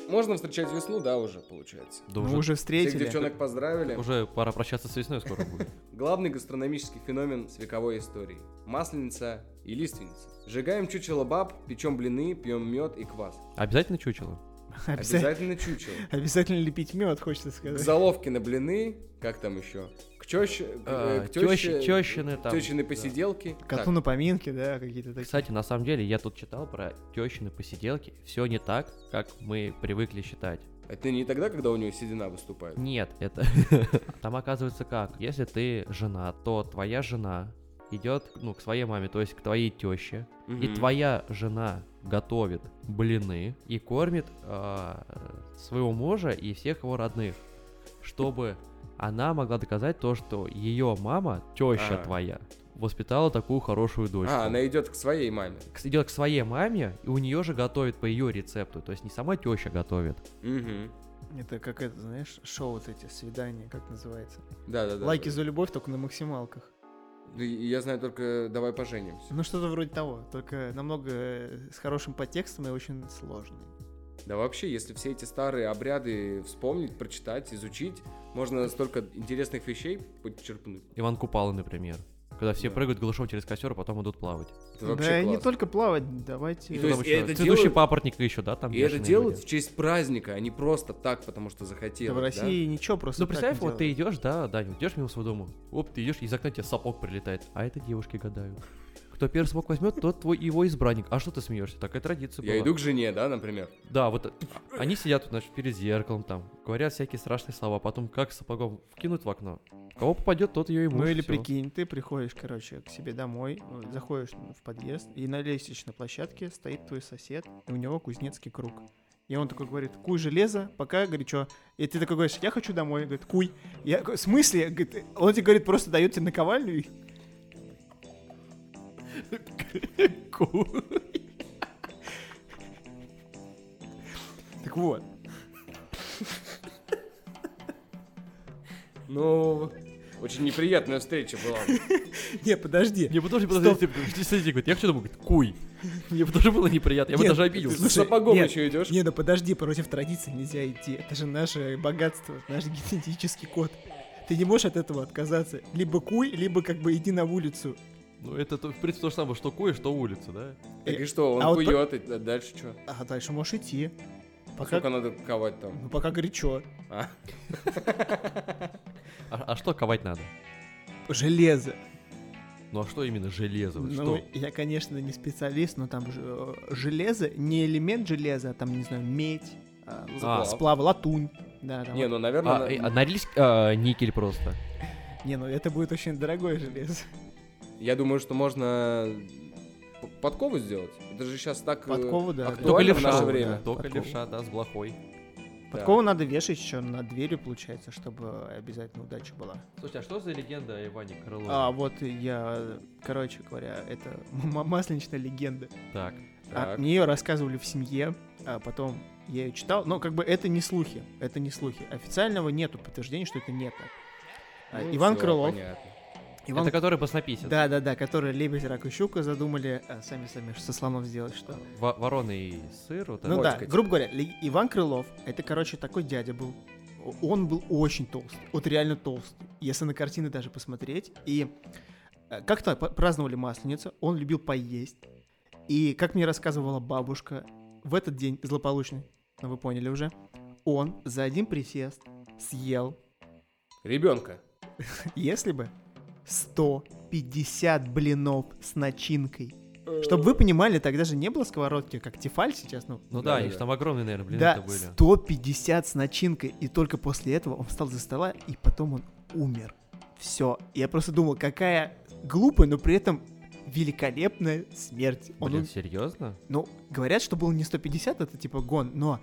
Можно встречать весну, да, уже получается.
Да
Мы
уже,
уже
Всех
встретили.
девчонок поздравили.
уже пора прощаться с весной скоро будет.
Главный гастрономический феномен с вековой историей. Масленица и лиственница. Сжигаем чучело баб, печем блины, пьем мед и квас.
Обязательно чучело.
Обязательно,
Обязательно чучело.
обязательно лепить мед, хочется
К
сказать.
заловке на блины, как там еще? К чёще...
А,
э, к тёще-
тёщи- тёщины там,
тёщины
да.
посиделки.
Коту
Так,
на поминке, да, какие-то такие.
Кстати, на самом деле, я тут читал про тещины посиделки. Все не так, как мы привыкли считать.
Это не тогда, когда у него седина выступает.
Нет, это... Там оказывается как? Если ты жена, то твоя жена идет, ну, к своей маме, то есть к твоей теще, и
Мгм.
твоя жена готовит блины и кормит э, своего мужа и всех его родных, чтобы она могла доказать то, что ее мама, теща
А.
твоя, воспитала такую хорошую дочь.
А, она идет к своей маме.
идет к своей маме, и у нее же готовит по ее рецепту. То есть не сама теща готовит,
Мгм.
Это как это, знаешь, шоу вот эти, свидания, как называется.
Да, да, да.
Лайки за любовь, только на максималках.
Да, и Я знаю только «Давай поженимся».
Ну что-то вроде того, только намного э, с хорошим подтекстом и очень сложный.
Да вообще, если все эти старые обряды вспомнить, прочитать, изучить, можно столько интересных вещей подчерпнуть.
Иван Купала, например. Когда все
Да.
прыгают голышом через костер, а потом идут плавать.
Это вообще
Да и не
классно.
только плавать, давайте.
И то есть
Потом ещё
это
цветущий
делают-
папоротник еще, да, там
И это
бешеные
делают
люди.
в честь праздника, а не просто так, потому что
Да
захотели.
в России ничего просто
Ну
так
представь,
не
вот ты
делают.
идешь, да, да, идешь мимо своего дома. Оп, ты идешь, из окна тебе сапог прилетает. А это девушки гадают. Кто первый сапог возьмет, тот твой его избранник. А что ты смеешься? Такая традиция
Я
была.
иду к жене, да, например.
Да, вот э, они сидят тут, значит, перед зеркалом там, говорят всякие страшные слова, потом как сапогом вкинут в окно. Кого попадет, тот ее и муж.
Ну или
всё.
прикинь, ты приходишь, короче, к себе домой, э, заходишь в подъезд, и на лестничной площадке стоит твой сосед, и у него кузнецкий круг. И он такой говорит, куй железо, пока горячо. И ты такой говоришь, я хочу домой. Говорит, куй. Я, говорю, в смысле? Говорит, он тебе говорит, просто дает тебе наковальню. и- Так вот.
Ну, очень неприятная встреча была.
Не, подожди.
Мне бы тоже было,
Стоп.
знаете, подожди, смотрите, говорит, я хочу домой, говорит, куй. Мне бы тоже было неприятно, я бы
Нет,
даже
Ты
обиделся.
с
Слушай,
сапогом
нет,
еще идешь.
Не, да подожди, против традиций нельзя идти. Это же наше богатство, наш генетический код. Ты не можешь от этого отказаться. Либо куй, либо как бы иди на улицу.
Ну это, то- в принципе, то же самое, что куй, что улица, да?
Так и что, он
А вот
кует, и а дальше что?
А дальше можешь идти. Пока,
Сколько надо ковать там?
ну, пока горячо.
А?
А, а что ковать надо?
Железо.
Ну а что именно железо? Вот
Ну,
что?
я, конечно, не специалист, но там же, э, железо, не элемент железа, а там, не знаю, медь, а,
Сплав.
сплав, латунь. Да, там
Не,
вот.
ну, наверное...
А, э, а норильск- а, никель просто.
Не, ну это будет очень дорогое железо.
Я думаю, что можно п- подкову сделать. Это же сейчас так э,
Подкову, да.
Только
актуально в
левша.
наше
да.
время.
Только
Подкова.
левша, да, с блохой.
Подкову надо вешать еще над дверью, получается, чтобы э, обязательно удача была.
Слушай, а что за легенда о Иване Крылове?
А вот я, короче говоря, это м- м- масленичная легенда.
Так.
А,
Так.
мне ее рассказывали в семье, а потом я ее читал. Но как бы это не слухи, это не слухи. Официального нету подтверждения, что это не так. А,
Ну,
Иван
всё,
Крылов.
понятно.
Иван...
Это который баснописец.
Да, да, да, который лебедь, рак и щука задумали а, сами сами со слоном сделать что.
Во- вороный сыр, вот
Ну
это.
да,
Котикать.
грубо говоря, Ле- Иван Крылов, это, короче, такой дядя был. О- Он был очень толстый, вот реально толстый. Если на картины даже посмотреть. И э, как-то п- праздновали Масленицу, он любил поесть. И, как мне рассказывала бабушка, в этот день злополучный, ну вы поняли уже, он за один присест съел,
Ребенка.
если бы, 150 блинов с начинкой. Чтобы вы понимали, тогда же не было сковородки, как Тефаль сейчас, ну,
Ну да, они
Да-да-да.
же там огромные, наверное, блин,
да,
это были.
150 с начинкой. И только после этого он встал за стола, и потом он умер. Все. Я просто думал, какая глупая, но при этом великолепная смерть. Он,
Блин,
ум-
серьезно?
ну, говорят, что был не 150, это типа гон, но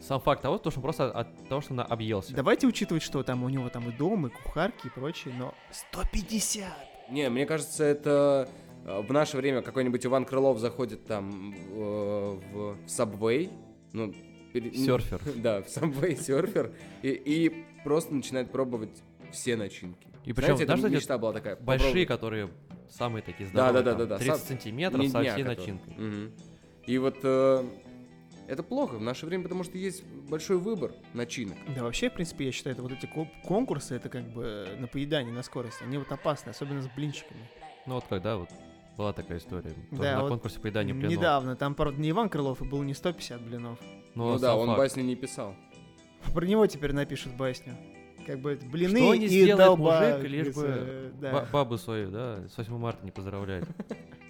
Сам факт того, то, что он просто от того, что она объелся.
давайте учитывать, что там у него там и дом, и кухарки, и прочее, но 150!
Не, мне кажется, это э, в наше время какой-нибудь Иван Крылов заходит там э, в Subway, ну, пере-
Серфер.
Да, в Subway серфер, и, и просто начинает пробовать все начинки.
И причем,
Знаете, это
знаешь, что
мечта была такая.
Большие,
попробовать
которые самые такие
Да, да,
здоровые.
да,
там,
да, да.
30
Сам-
сантиметров со
ледня,
всей
который.
начинкой.
Мгм. И вот э, это плохо в наше время, потому что есть большой выбор начинок.
Да вообще, в принципе, я считаю, это вот эти ко- конкурсы, это как бы на поедание, на скорость, они вот опасны, особенно с блинчиками.
Ну вот когда вот была такая история. Тоже
Да,
на
вот
конкурсе поедания пленов.
Недавно, там, правда, не Иван Крылов, и был не 150 блинов,
Ну, да,
сам
он
факт.
басни не писал.
Про него теперь напишут басню. Как бы это блины
Что не
и
сделает
долба.
мужик, лишь бы
э, да.
Ба- бабу свою, да, с 8 марта не поздравляет.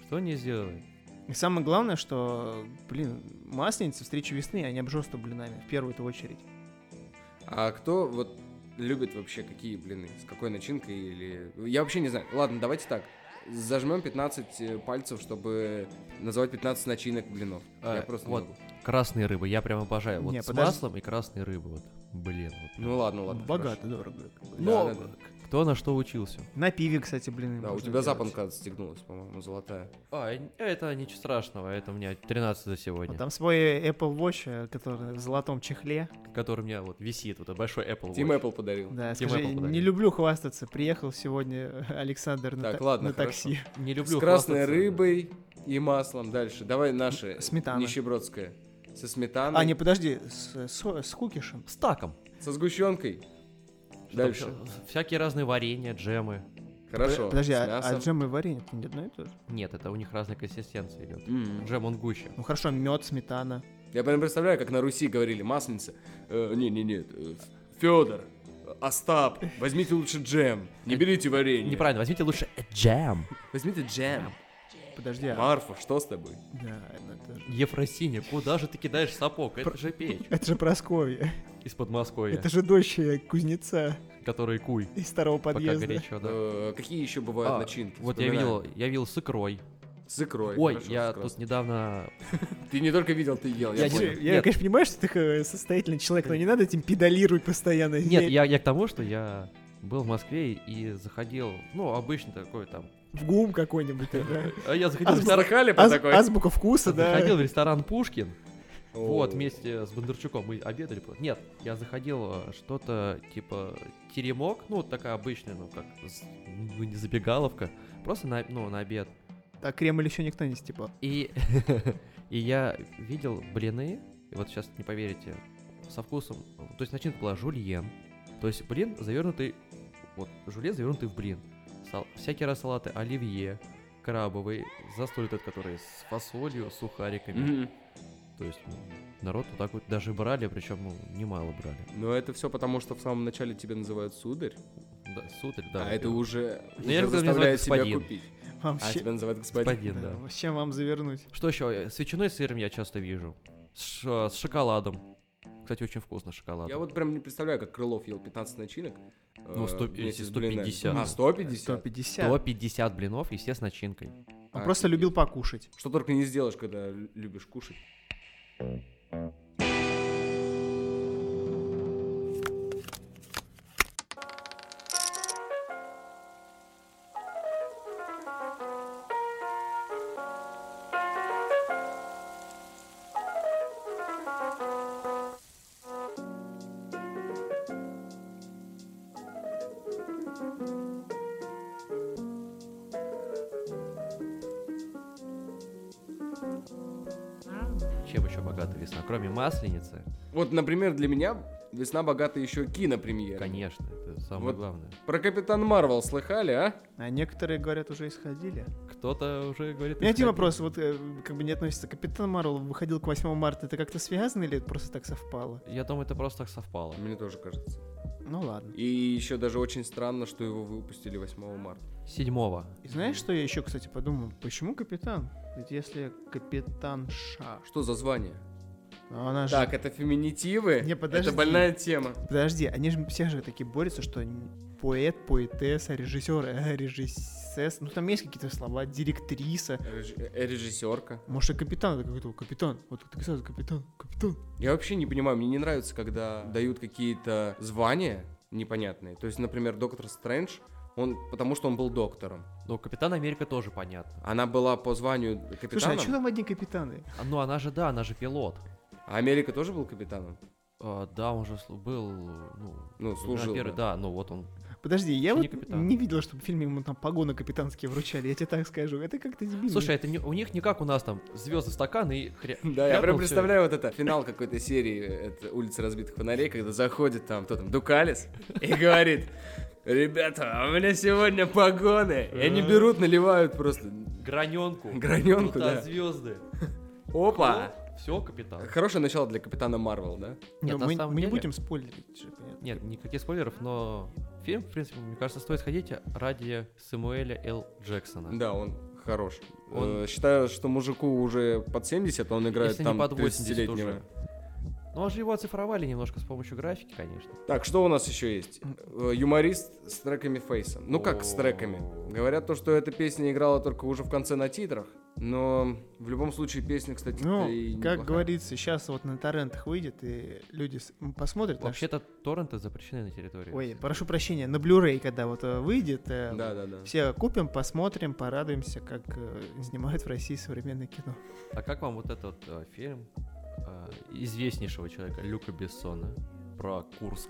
Что не сделали?
И самое главное, что, блин, масленицы, встречи весны, они обжорства блинами в первую-то очередь.
А кто вот любит вообще какие блины? С какой начинкой или... Я вообще не знаю. Ладно, давайте так. Зажмем 15 э, пальцев, чтобы назвать 15 начинок блинов.
А,
Я просто не
вот.
могу.
Красные рыбы, я прям обожаю. Вот
Не,
с
подожди. Ну.
маслом и красные рыбы. Вот. Блин, вот.
Ну ладно, ладно.
Богато, дорого.
Но...
К Кто на что учился?
На пиве, кстати, блин.
Да, у
можно
тебя
делать.
запонка отстегнулась, по-моему, золотая.
А, это ничего страшного, это у меня 13 за
Вот
сегодня.
А там свой Apple Watch, э, который в золотом чехле.
Который у меня вот висит, вот этот большой Apple
Тим
Watch.
Ну, Apple подарил.
Да,
Тим
скажи,
Apple подарил.
не люблю хвастаться. Приехал сегодня э, Александр на,
Так,
та-
ладно,
на такси.
Не люблю
С красной
хвастаться.
рыбой и маслом. Дальше. Давай наши.
Сметана.
Нищебродское. Со сметаной.
А, не, подожди, с, со- с кукишем.
С таком.
Со сгущенкой.
Что
Дальше.
там вся- Всякие разные варенья, джемы.
Хорошо.
Подожди,
с
а, а
мясом.
джем и варенье это не одно и то же?
Нет, это у них разная консистенция идет.
М.
Джем он гуще.
Ну хорошо, мед, сметана.
Я прям представляю, как на Руси говорили масленица. Э, не, не, нет. Федор, Остап, возьмите лучше джем. Не берите варенье.
Неправильно, возьмите лучше джем.
Возьмите джем.
Подожди, а-
Марфа, что с тобой?
Да, это, же-
Ефросиня, куда же ты кидаешь сапог? Это же печь
это же Прасковья.
из Подмосковья,
Это же дочь э, кузнеца
который куй,
из второго
пока
подъезда.
горячо, да.
Э, какие еще бывают
А,
начинки?
Вот я
Вспоминаем.
видел, я видел с икрой.
С икрой.
Ой,
хорошо,
я
с красной.
тут недавно...
Ты не только видел, ты ел. Я,
Я не-
понял.
Слушай, Я,
Нет.
конечно, понимаю, что ты э, состоятельный человек, но не надо этим педалировать постоянно.
Нет, я, я к тому, что я был в Москве и заходил, ну, обычно такой там...
В ГУМ какой-нибудь. э, да.
А Я заходил,
А
в
вы
ресторан-
слыхали по
Аз-
такой?
Азбука вкуса, да.
заходил в ресторан Пушкин,
О.
вот, вместе с Бондарчуком мы обедали. Нет, я заходил э, что-то типа теремок, ну, вот такая обычная, ну, как, с- ну, не забегаловка, просто на, ну, на обед.
А крем или еще никто не типа, степал.
И, и я видел блины, вот сейчас не поверите, со вкусом, то есть начинка была жульен, то есть блин завернутый, вот, жульен завернутый в блин, Сал- всякие раз салаты, оливье, крабовый, застой этот, который с фасолью, с сухариками,
Мгм.
то есть ну, народ вот так вот даже брали, причем ну, немало брали.
Но это все потому, что в самом начале тебя называют сударь,
Да, сударь, да.
а
вот
это
его.
уже,
Ну,
уже
я люблю, когда меня
заставляет
называют
себя
господин.
купить.
Вам
А
щи-
тебя называют господин.
господин, да.
да, Чем вам завернуть?
Что еще? С ветчиной и сыром я часто вижу. С, ш- с шоколадом. Кстати, очень вкусно шоколад.
Я вот прям не представляю, как Крылов ел 15 начинок.
Ну,
э,
сто-
вместе
если
с блинами.
150.
А, 150?
150.
До 50 блинов и все с начинкой.
Он просто
Офигеть.
любил покушать.
Что только не сделаешь, когда лю- любишь кушать.
Чем еще богата весна? Кроме масленицы,
Вот, например, для меня весна богата еще кинопремьерами.
конечно, это самое
Вот.
главное.
Про Капитан Марвел слыхали, а?
А некоторые, говорят, уже исходили.
Кто-то уже говорит...
У меня один
исходи.
вопрос, вот э, как бы не относится. Капитан Марвел выходил к 8 марта, это как-то связано или это просто так совпало?
Я думаю, это просто так совпало.
Мне тоже кажется.
Ну ладно.
И еще даже очень странно, что его выпустили 8 марта.
Седьмого.
И знаешь, что я еще, кстати, подумал? Почему капитан? Ведь если капитанша...
Что за звание?
ну Она же...
Так, это феминитивы.
Не, подожди.
Это больная тема.
Подожди, они же все же такие борются, что н- поэт, поэтесса, режиссер, э, режиссес. Ну там есть какие-то слова, директриса.
Реж- э, Режиссерка.
Может, и капитан, это какой-то капитан. Вот ты сразу капитан, капитан.
Я вообще не понимаю, мне не нравится, когда дают какие-то звания непонятные. То есть, например, доктор Стрэндж, он, потому что он был доктором.
Ну, Капитан Америка тоже понятно.
Она была по званию капитаном.
Слушай, а что там одни капитаны?
А, Ну, она же, да, она же пилот.
А Америка тоже был капитаном?
А, да, он же слу- был, ну...
Ну, служил.
первый,
да.
да, ну вот он.
Подожди, я
Не
вот
капитан.
не видел, чтобы в фильме ему там погоны капитанские вручали, я тебе так скажу. Это как-то дебильно.
Слушай, а это не- у них не как у нас там звезды в стакан и хря...
Да, я прям
хряпнул всё.
представляю вот это, финал какой-то серии это, «Улица разбитых фонарей», когда заходит там, кто там, Дукалис, и говорит, «Ребята, а у меня сегодня погоны!» И они берут, наливают просто
Граненку.
Гранёнку,
Туда
да.
звезды.
«Опа!»
Все, капитан.
Хорошее начало для Капитана Марвел, да?
Но
Нет, на
мы,
самом
мы не
деле-
будем спойлерить. же, понятно.
Нет, никаких спойлеров, но фильм, в принципе, мне кажется, стоит сходить ради Сэмуэля Л. Джексона.
Да, он хорош.
Он-
Э, считаю, что мужику уже под 70, а он играет
Если
там
не под 80
30-летнего.
уже. Ну, а же его оцифровали немножко с помощью графики, конечно.
Так, что у нас еще есть? Э, Юморист с треками Фейса. Ну как с
О.
треками? Говорят то, что эта песня играла только уже в конце на титрах. Но в любом случае песня, кстати,
Ну,
и
как
неплохая.
говорится, сейчас вот на торрентах выйдет, и люди с- м, посмотрят. на
Вообще-то торренты запрещены на территории.
ш- Ой, прошу прощения, на Blu-ray, когда вот э, выйдет, э,
Да, да, да.
все купим, посмотрим, порадуемся, как э, снимают в России современное кино.
А как вам вот этот э, фильм э, известнейшего человека Люка Бессона про Курск,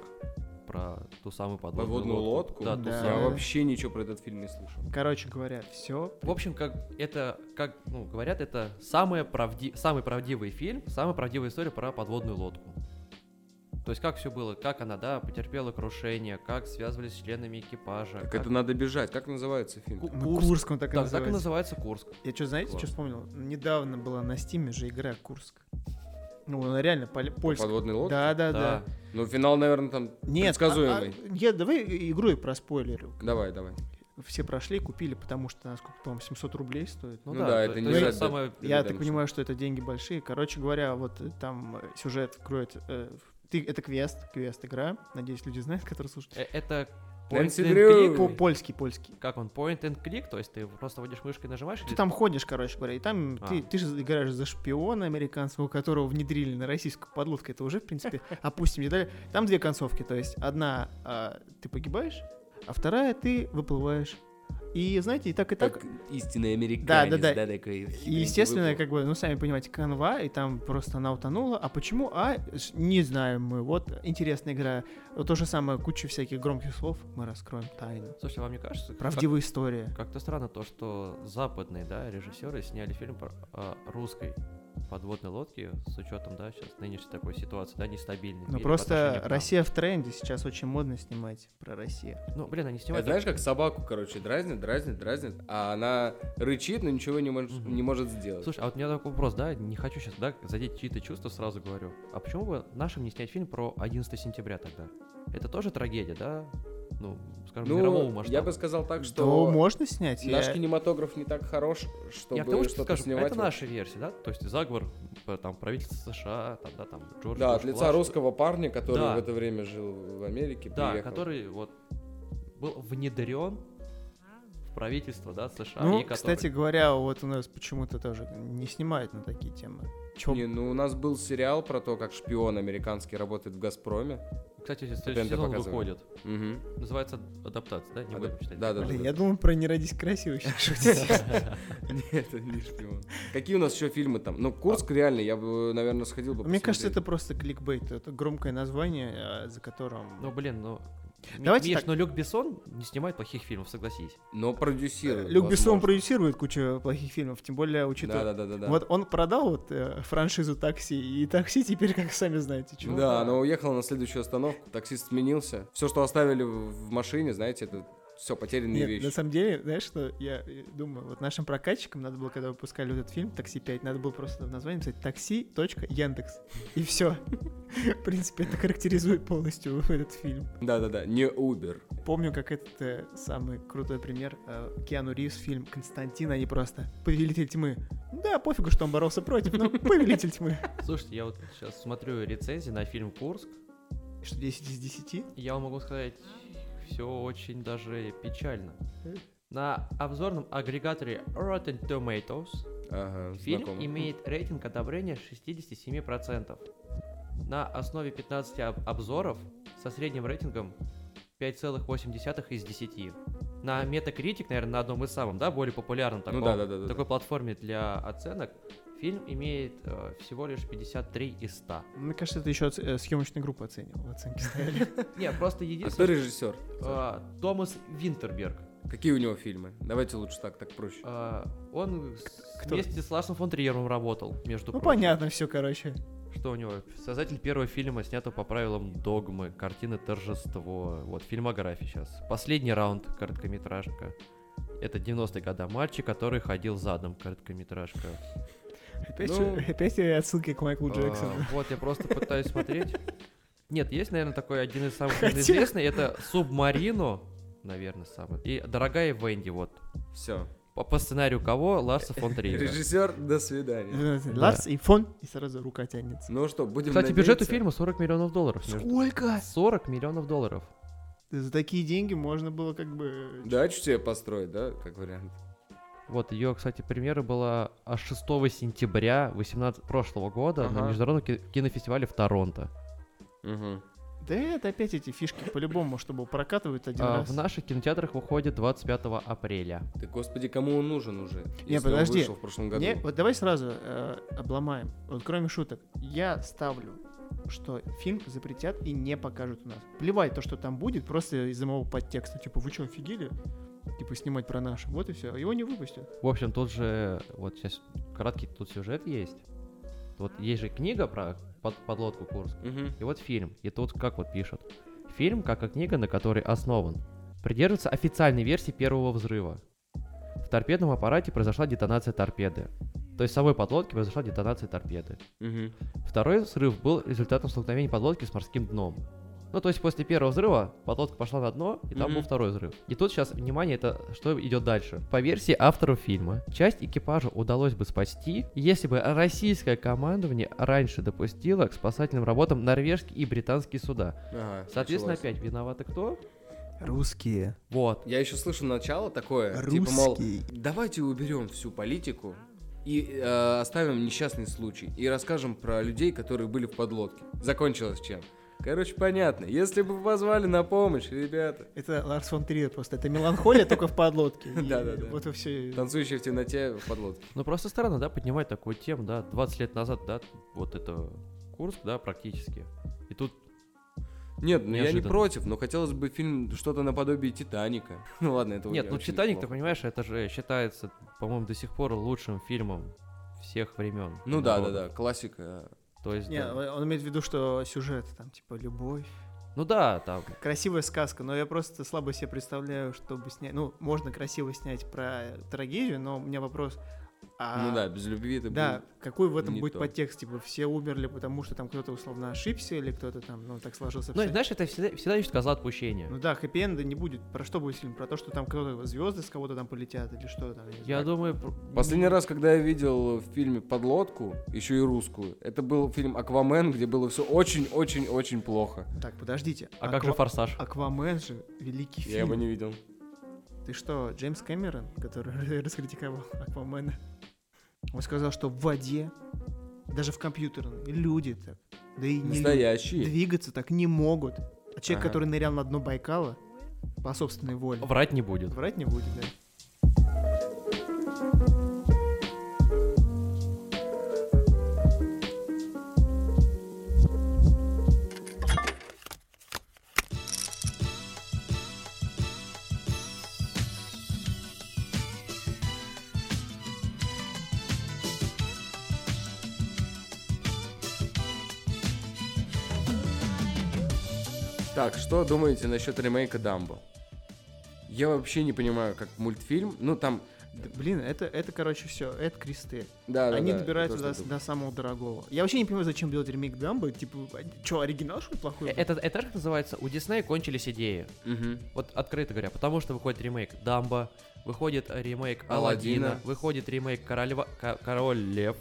про ту самую подводную,
Подводную лодку.
Да, ту
Да.
Я
самую.
вообще ничего про этот фильм не слышал.
Короче говоря, все.
В общем, как это, как ну, говорят, это самая правди... самый правдивый фильм, самая правдивая история про подводную лодку. То есть как все было, как она, да, потерпела крушение, как связывались с членами экипажа.
Так это надо бежать. Как называется
Ку-
фильм?
Ну,
Курск.
Курск он так и
Так, так и
называется.
называется Курск.
Я что, знаете, что
Класс.
вспомнил? Недавно была на Стиме же игра Курск. Ну, она реально поль- польская.
Подводный лодке?
Да, да, да.
Ну, финал, наверное, там
Нет,
предсказуемый.
а- а- я давай игру и проспойлерю.
Давай, давай.
Все прошли, купили, потому что, насколько по-моему, 700 рублей стоит.
Ну,
Ну
да,
да,
это,
это не
это
Red Dead.
самое...
Я так
Redemption.
понимаю, что это деньги большие. Короче говоря, вот э, там э, сюжет кроет... э, в- ты, это квест, квест-игра. Надеюсь, люди знают, которые слушают.
э, Это point
Нэнси
and
Дрю.
По-
click.
Польский, польский.
Как он, point and click, то есть ты просто водишь мышкой, нажимаешь,
Ты
или-
там ходишь, короче говоря, и там
А.
ты, ты же играешь за шпиона американского, которого внедрили на российскую подлодку. Это уже, в принципе, опустим детали. Там две концовки, то есть одна а, ты погибаешь, а вторая ты выплываешь. И, знаете, и так, и так.
Как истинный американец.
да.
такой
И,
хитренький
естественно,
выпал.
как бы, ну, сами понимаете, канва, и там просто она утонула. А почему? А, с- не знаем мы. Вот интересная игра. Вот то же самое, куча всяких громких слов. Мы раскроем тайну.
Слушай, а вам не кажется? как-
Правдивая история.
Как-то странно то, что западные, да, режиссеры сняли фильм про о русской подводной лодке с учетом, да, сейчас нынешней такой ситуации, да, нестабильной.
Ну,
мире по
просто
отношению к нам.
Россия в тренде. Сейчас очень модно снимать про Россию.
Ну, блин, они
А
снимают.
знаешь, как собаку, короче, дразнит, дразнит, дразнит, а она рычит, но ничего не, мож-
Мгм.
не может сделать.
Слушай, а вот у меня такой вопрос, да, не хочу сейчас, да, задеть чьи-то чувства, сразу говорю. А почему бы нашим не снять фильм про 11 сентября тогда? Это тоже трагедия, да? Ну, скажем, мирового
ну,
масштаба.
я бы сказал так,
Что
что
можно снять?
наш
Я-
кинематограф не так хорош,
Я
чтобы
к тому, что
что-то
скажем,
снимать.
это наша версия, да? То есть заговор э, там правительства США, там, да, там Джордж
Да, от
Буш
лица
младший.
русского парня, который
Да.
в это время жил в Америке,
Да,
приехал.
который вот был внедрен в правительство, да, США.
Ну,
А, и который-
кстати говоря, вот у нас почему-то тоже не снимают на такие темы. Чё-
Не, ну у нас был сериал про то, как шпион американский работает в Газпроме.
Кстати,
ТНТ
следующий сезон
показывали.
выходит.
Мгм.
Называется адаптация, да? Не
Адап-
будем читать.
да, да, да.
Блин, я думал про «Не родись красивой» сейчас шутить.
Нет, это не шпион. Какие у нас еще фильмы там? Ну, Курск реально, я бы, наверное, сходил бы.
Мне кажется, это
посмотрел.
просто кликбейт. Это громкое название, а, за которым...
Ну, блин, ну... Ми-
Давайте
Миш,
так.
но Люк Бессон не снимает плохих фильмов, согласись.
Но продюсирует.
Люк Бессон
возможно.
продюсирует кучу плохих фильмов, тем более учитывая...
Да, да, да, да. да.
Вот он продал вот э, франшизу «Такси», и «Такси» теперь, как сами знаете,
Ну
чего.
да, она уехала на следующую остановку, таксист сменился. Все, что оставили в в машине, знаете, это все потерянные
Нет,
вещи.
на самом деле, знаешь, что я э, думаю, вот нашим прокатчикам надо было, когда выпускали вот этот фильм «Такси 5», надо было просто в названии написать «Такси. точка, Яндекс». И все. В принципе, это характеризует полностью этот фильм.
Да-да-да, не Uber.
Помню, как этот э, самый крутой пример э, Киану Ривз, фильм «Константин», они просто «Повелитель тьмы». Да, пофигу, что он боролся против, но «Повелитель тьмы».
Слушайте, я вот сейчас смотрю рецензии на фильм «Курск»,
Что, 10 из 10?
и я вам могу сказать, все очень даже печально. На обзорном агрегаторе Rotten Tomatoes
Ага,
Фильм
знакомо.
имеет рейтинг одобрения 67%. На основе 15 об- обзоров со средним рейтингом 5,8 из 10. На Metacritic, наверное, на одном из самых, да, более популярном таком,
Ну да, да, да, да,
такой платформе для оценок, фильм имеет э, всего лишь 53 из 100.
Ну, Мне кажется, это э, еще съемочная группа оценивала, оценки ставили.
Нет, просто
А кто
единственное,
режиссер?
э, Томас Винтерберг,
Какие у него фильмы? Давайте лучше так, так проще.
э, он с-
Кто?
вместе с Ларсом фон Триером работал, между
Ну,
прочим.
понятно все, короче.
Что у него? Создатель первого фильма, снятого по правилам догмы, картины торжество. Вот, фильмография сейчас. Последний раунд, короткометражка. Это 90-е года мальчик, который ходил задом, короткометражка.
Опять,
Ну.
же- опять отсылки к Майклу Джексону.
А, вот, я просто пытаюсь смотреть. Нет, есть, наверное, такой один из самых
Хотя-
известных. Это Субмарино, наверное, самый. И Дорогая Венди, вот.
Все.
По, по сценарию кого? Ларса фон Триера.
Режиссер, до свидания.
Ларс и фон, и сразу рука тянется.
Ну что, будем
Кстати, бюджет у
надеяться-
фильма 40 миллионов долларов. между-
Сколько?
40 миллионов долларов.
За такие деньги можно было как бы...
Дачу тебе построить, да, как вариант?
Вот, ее, кстати, примеры было аж 6 сентября 18 прошлого года на
Ага.
международном ки- кинофестивале в Торонто.
Мгм.
Да это опять эти фишки по-любому, чтобы прокатывают один
А,
раз.
в наших кинотеатрах выходит 25 апреля.
Да, господи, кому он нужен уже?
Не,
если он
подожди.
вышел в прошлом году.
Не, вот давай сразу э, обломаем. Вот кроме шуток, я ставлю, что фильм запретят и не покажут у нас. Плевать то, что там будет, просто из-за моего подтекста. Типа, вы что, офигели? Типа, снимать про наш. Вот и все. Его не выпустят.
В общем, тут же, вот сейчас краткий тут сюжет есть. Вот есть же книга про под- подлодку Курск.
Мгм.
И вот фильм. И тут как вот пишут. Фильм, как и книга, на которой основан, придерживается официальной версии первого взрыва. В торпедном аппарате произошла детонация торпеды. То есть в самой подлодке произошла детонация торпеды.
Мгм.
Второй взрыв был результатом столкновения подлодки с морским дном. Ну, то есть после первого взрыва подлодка пошла на дно, и там
Мгм.
был второй взрыв. И тут сейчас, внимание, это что идет дальше. По версии авторов фильма, часть экипажа удалось бы спасти, если бы российское командование раньше допустило к спасательным работам норвежские и британские суда.
Ага,
Соответственно,
началось.
опять виноваты кто?
Русские.
Вот.
Я еще слышал начало такое, типа, мол, давайте уберем всю политику и э, оставим несчастный случай и расскажем про людей, которые были в подлодке. Закончилось чем? Короче, понятно. Если бы позвали на помощь, ребята.
Это Ларс фон Триер просто. Это меланхолия только в подлодке. И
Да-да-да.
Вот и все.
Танцующие в темноте в подлодке.
Ну, просто странно, да, поднимать такую тему, да, 20 лет назад, да, вот это курс, да, практически. И тут
Нет, ну я не
Неожиданно.
против, но хотелось бы фильм что-то наподобие Титаника. Ну ладно, это
Нет,
я
ну
очень
Титаник, ты
плохо.
понимаешь, это же считается, по-моему, до сих пор лучшим фильмом всех времен.
Ну да, да, да, классика.
То есть,
Не,
да.
он имеет в виду, что сюжет там, типа, любовь.
ну да, там.
Красивая сказка, но я просто слабо себе представляю, чтобы снять... Ну, можно красиво снять про трагедию, но у меня вопрос... а-
Ну да, без любви ты
Да, какой в этом
не
будет
то.
подтекст? Типа, все умерли, потому что там кто-то условно ошибся, или кто-то там, ну, так сложился.
Ну, и знаешь, это всегда, всегда ищут козла отпущения.
Ну да, хэппи-энда не будет. Про что будет фильм? Про то, что там кто-то звезды с кого-то там полетят, или что там? не
Я
знаю.
думаю... пр-
А
Последний раз, когда я видел в фильме подлодку, еще и русскую, это был фильм Аквамен, где было все очень-очень-очень плохо.
Так, подождите.
А как же
Аква-
«Форсаж»?
Аквамен же великий
Я его
фильм.
не видел.
Ты что, Джеймс Кэмерон, который раскритиковал Аквамена, он сказал, что в воде, даже в компьютерной, люди так, да и не люди,
Настоящий.
двигаться так не могут. А человек,
Ага.
который нырял на дно Байкала, по собственной воле,
Врать не будет.
врать не будет, да?
Так, что думаете насчет ремейка Дамбо? Я вообще не понимаю, как мультфильм. Ну там,
Да, блин, это, это, короче, все. Это кресты.
да, да,
Они
да,
добираются
я тоже
до,
так
до самого дорогого. Я вообще не понимаю, зачем делать ремейк Дамбо. Типа, что, оригинал, что ли,
Э,
плохой? был?
Это, это как называется? У Диснея кончились идеи.
думаю. Мгм.
Вот открыто говоря, потому что выходит ремейк Дамба, выходит ремейк
Аладдина.
Аладдина, выходит ремейк Королева... Ко- Король Лев.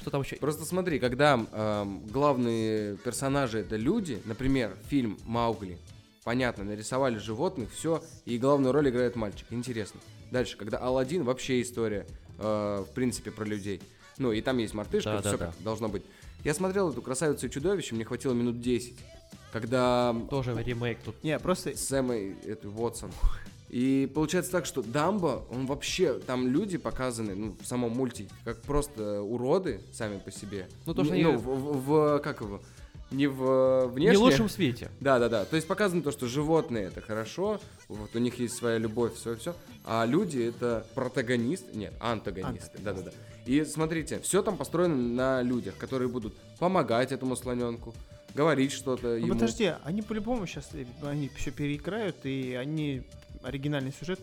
Что там еще?
Просто смотри, когда эм, главные персонажи это люди, например, фильм Маугли, понятно, нарисовали животных, все, и главную роль играет мальчик. Интересно. Дальше, когда Алладин, вообще история, э, в принципе, про людей. Ну, и там есть мартышка,
Да, да,
все
да.
как должно быть. Я смотрел эту красавицу и чудовище, мне хватило минут 10. Когда
Тоже ремейк тут.
Не, просто...
с Эммой эту, Уотсон. И получается так, что Дамбо, он вообще, там люди показаны, ну, в самом мультике, как просто уроды сами по себе.
Ну, то, что
Не-
они-
ну, в, в- в- как его, не в э,
Не
внешне.
в лучшем свете.
Да-да-да, то есть показано то, что животные это хорошо, вот у них есть своя любовь, все-все, а люди это протагонист, нет, антагонисты,
Антагонисты.
да-да-да. И смотрите, все там построено на людях, которые будут помогать этому слоненку, говорить что-то
Ну,
ему.
подожди, они по-любому сейчас... Они все переиграют, и они оригинальный сюжет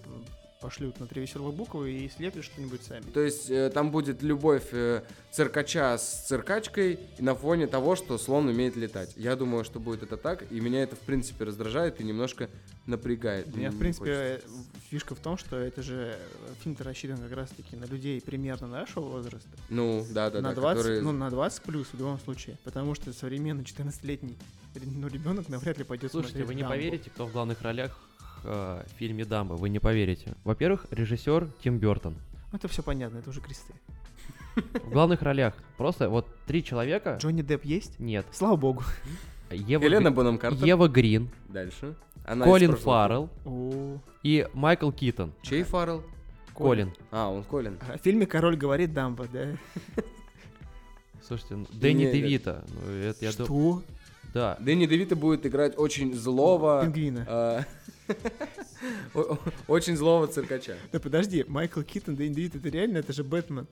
пошлют на три веселых буквы и слепят что-нибудь сами.
То есть э, там будет любовь э, циркача с циркачкой на фоне того, что слон умеет летать. Я думаю, что будет это так, и меня это в принципе раздражает и немножко напрягает.
Меня,
Мне
в
не
принципе,
хочется.
э, фишка в том, что это же э, фильм-то рассчитан как раз-таки на людей примерно нашего возраста.
ну да, да,
на
да,
20,
которые-
ну, на 20 плюс в любом случае. Потому что современный 14-летний ре- ну, ребенок навряд ли пойдет
Слушайте,
смотреть
вы не
«Дамбо».
поверите, кто в главных ролях э, в фильме Дамбо. Вы не поверите. Во-первых, режиссер Тим Бертон.
Ну, Это все понятно, это уже кресты.
В главных ролях просто вот три человека.
Джонни Депп есть?
Нет.
Слава богу. ну,
Ева,
Елена
Гри-
Бонам Картер.
Ева Грин,
Дальше. Она из
Колин
прошлого.
Фаррелл и Майкл Китон.
Чей Фаррелл?
Колин.
А, он Колин.
А В фильме «Король говорит Дамбо», да?
Слушайте, ну, Дэнни
Не, это-
Девита. Ну, это я
Что?
думаю. Да.
Дэнни Девита будет играть очень злого...
Пингвина.
э, о- о- Очень злого циркача.
Да подожди, Майкл Киттон, Дэнни Девит, это реально, это же Бэтмен.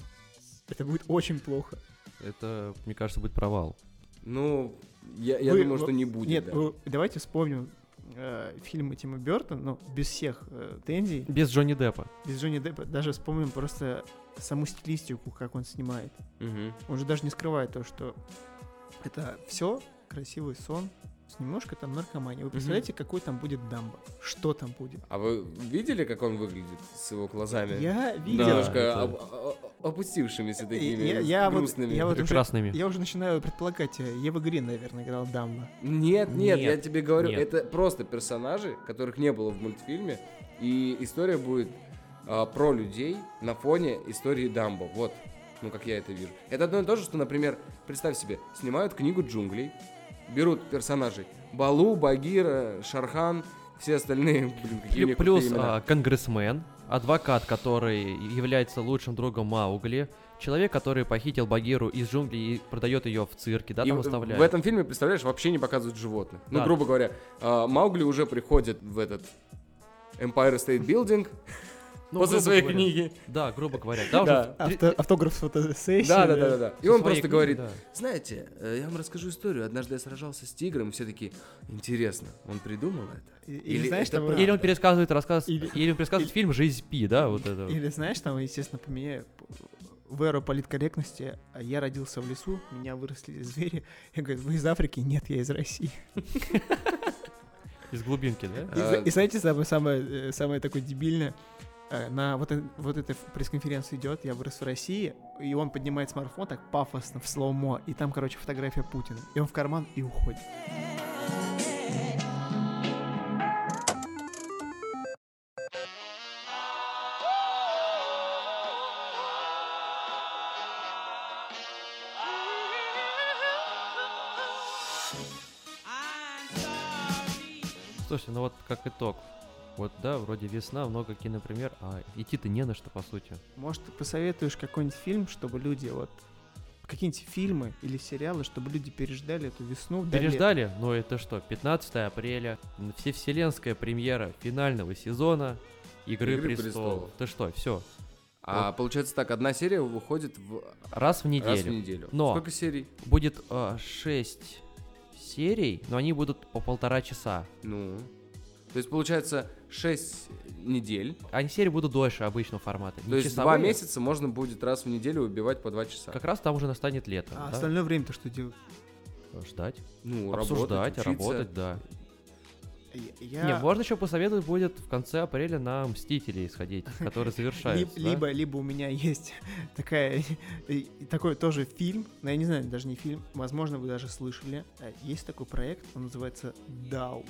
Это будет очень плохо.
Это, мне кажется, будет провал.
Ну, я я
Вы-
думаю,
вы-
что не будет.
Нет,
да.
вы- давайте вспомним э, фильмы Тима Бертона, ну, без всех э, тензий,
Без Джонни Деппа.
без Джонни Деппа, даже вспомним просто саму стилистику, как он снимает.
Мгм.
Он же даже не скрывает то, что это все красивый сон с немножко там наркомании. Вы представляете, какой там будет дамба? Что там будет?
А вы видели, как он выглядит с его глазами?
Я видел.
Немножко
это-
об- о- о- опустившимися такими,
Я- я вот-
грустными.
я вот уже-
Прекрасными.
Я уже начинаю предполагать, э, Ева Грин, наверное, играл дамба.
Нет, нет, я
Нет,
тебе говорю,
нет.
это просто персонажи, которых не было в мультфильме, и история будет а, про людей на фоне истории Дамбо. Вот, ну как я это вижу. Это одно и то же, что, например, представь себе, снимают книгу джунглей, берут персонажей Балу, Багира, Шархан, все остальные, блин, какие у
Плю-
них
Плюс
крутые имена.
а, конгрессмен, адвокат, который является лучшим другом Маугли, человек, который похитил Багиру из джунглей и продает ее в цирке, да,
И
там
в-
оставляет.
В этом фильме, представляешь, вообще не показывают животных. Ну,
Да.
грубо говоря, а, Маугли уже приходит в этот Empire State Building
Ну,
после
грубо
своей
говоря.
книги.
Да, грубо говоря. Да, уже
Да.
в- три-
Авто- автограф с фотосессии.
Да, да, да, да, да. И
со
он
своей
просто
книги,
говорит,
да.
знаете, э, я вам расскажу историю. Однажды я сражался с тигром, и все таки интересно, он придумал это?
И- Или,
Или
знаешь,
это
там,
правда?
Или он пересказывает рассказ,
Или-
или, он пересказывает фильм «Жизнь Пи», да, вот это. вот.
или знаешь, там, естественно, поменяю в эру политкорректности, а я родился в лесу, меня выросли звери. Я говорю, вы из Африки? Нет, я из России.
Из глубинки, да?
И,
А-
зна- и знаете, самое, самое, э, самое такое дебильное? Э, На вот, э- вот этой пресс-конференции идет, я вырос в России, и он поднимает смартфон так пафосно в слоумо, и там, короче, фотография Путина. И он в карман и уходит.
Слушай, ну вот как итог. Вот, да, вроде весна, много кинопремьер, а идти-то не на что, по сути.
Может, ты посоветуешь какой-нибудь фильм, чтобы люди вот какие-нибудь фильмы или сериалы, чтобы люди переждали эту весну. до лета?
Переждали? но это что, 15 апреля, м, всевселенская премьера финального сезона «Игры,
«Игры
престолов».
престолов.
Ты что, все,
А получается так, одна серия выходит в...
раз в неделю.
раз в неделю.
Но-
Сколько серий?
Будет 6 серий, но они будут по полтора часа.
Ну... То есть, получается, 6 недель.
Они серии будут дольше обычного формата. не
То есть, два
часовые.
месяца можно будет раз в неделю убивать по два часа.
Как раз там уже настанет лето.
А
да?
остальное время-то что делать?
Ждать,
Ну,
обсуждать,
учиться.
работать, да.
Я-
Не,
я-
можно еще посоветовать будет в конце апреля на Мстителей сходить, которые
Либ-
завершаются. да?
либо, либо у меня есть такая, и- такой тоже фильм, но я не знаю, даже не фильм, возможно, вы даже слышали. Э, Есть такой проект, он называется Дау.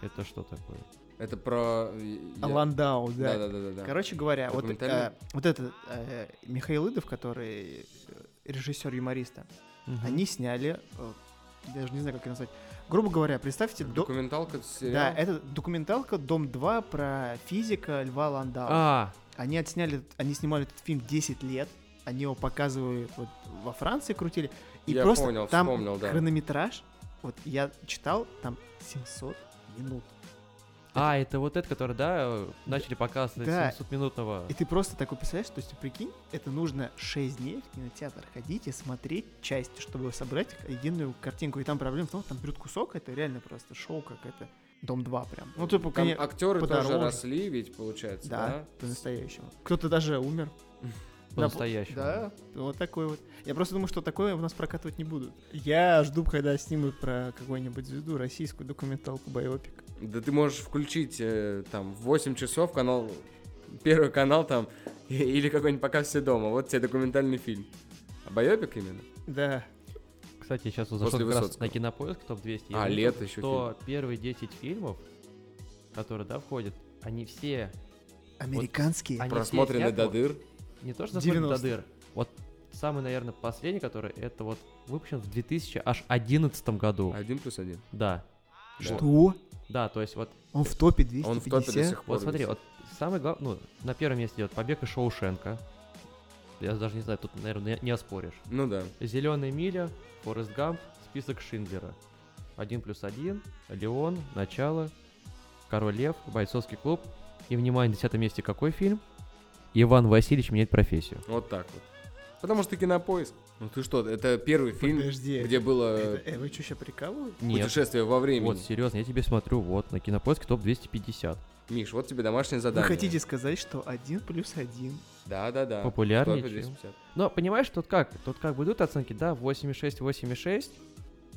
Это что такое?
Это про... э, я-
Ландау, да.
Да-да-да-да.
Короче говоря, вот,
Документальный?
э, вот этот э, Михаил Идов, который э, режиссер юмориста,
Мгм.
они сняли, э, даже не знаю, как это назвать. Грубо говоря, представьте, до-
Документалка,
да,
сериал.
это документалка Дом 2 про физика Льва Ландау.
А,
Они отсняли, они снимали этот фильм 10 лет, они его показывали вот во Франции крутили, и
Я
просто
понял,
там
вспомнил, да.
хронометраж, вот я читал, там 700 минут.
а, это вот этот, который, да, э, начали показывать
Да.
700-минутного.
И ты просто такой представляешь, то есть ты прикинь, это нужно 6 дней в кинотеатр ходить и смотреть части, чтобы собрать единую картинку. И там проблема в том, там берут кусок, это реально просто шоу, как это Дом 2 прям. Ну, типа,
Там
конечно,
актеры тоже
подороже.
росли, ведь, получается,
да,
да?
по-настоящему. Кто-то даже умер. Да,
По-настоящему.
Да, вот такой вот. Я просто думаю, что такое у нас прокатывать не будут. Я жду, когда снимут про какую-нибудь звезду российскую документалку Байопик.
Да ты можешь включить э, там в 8 часов канал, первый канал там, и- или какой-нибудь «Пока все дома». Вот тебе документальный фильм. А байопик именно?
Да.
Кстати, я сейчас вот зашел
После
как раз
Высоцкого.
на кинопоиск топ-200.
А,
и
лето
выяснил,
еще
Что первые 10 фильмов, которые, да, входят, они все
Американские.
Они все
Просмотрены
снят,
до
А вот,
дыр.
Не то, что досмотрены до
90.
дыр. Вот самый, наверное, последний, который, это вот выпущен в 2011 году.
Один плюс один.
Да.
Что?
Да, то есть вот
Он в топе
Он в топе до
250?
сих пор.
Вот смотри,
висит.
вот самый главный, ну, на первом месте идет побег из Шоушенка. Я даже не знаю, тут, наверное, не оспоришь.
Ну да.
Зеленая миля, Форест Гамп, список Шиндлера. Один плюс один, Леон, Начало, Король Лев, Бойцовский клуб. И, внимание, на десятом месте какой фильм? Иван Васильевич меняет профессию.
Вот так вот. Потому что кинопоиск. Ну ты что, это первый фильм,
Подожди.
где было
Это- э, Вы что, сейчас прикалываете?
Нет,
путешествие во времени.
вот, серьезно, я тебе смотрю, вот, на кинопоиске топ-250.
Миш, вот тебе домашнее
Вы
задание.
хотите сказать, что один плюс один?
Да, да, да.
Популярнее,
Топе
чем-
250.
Но понимаешь, тут как? Тут как бы идут оценки, да, 8,6, 8,6.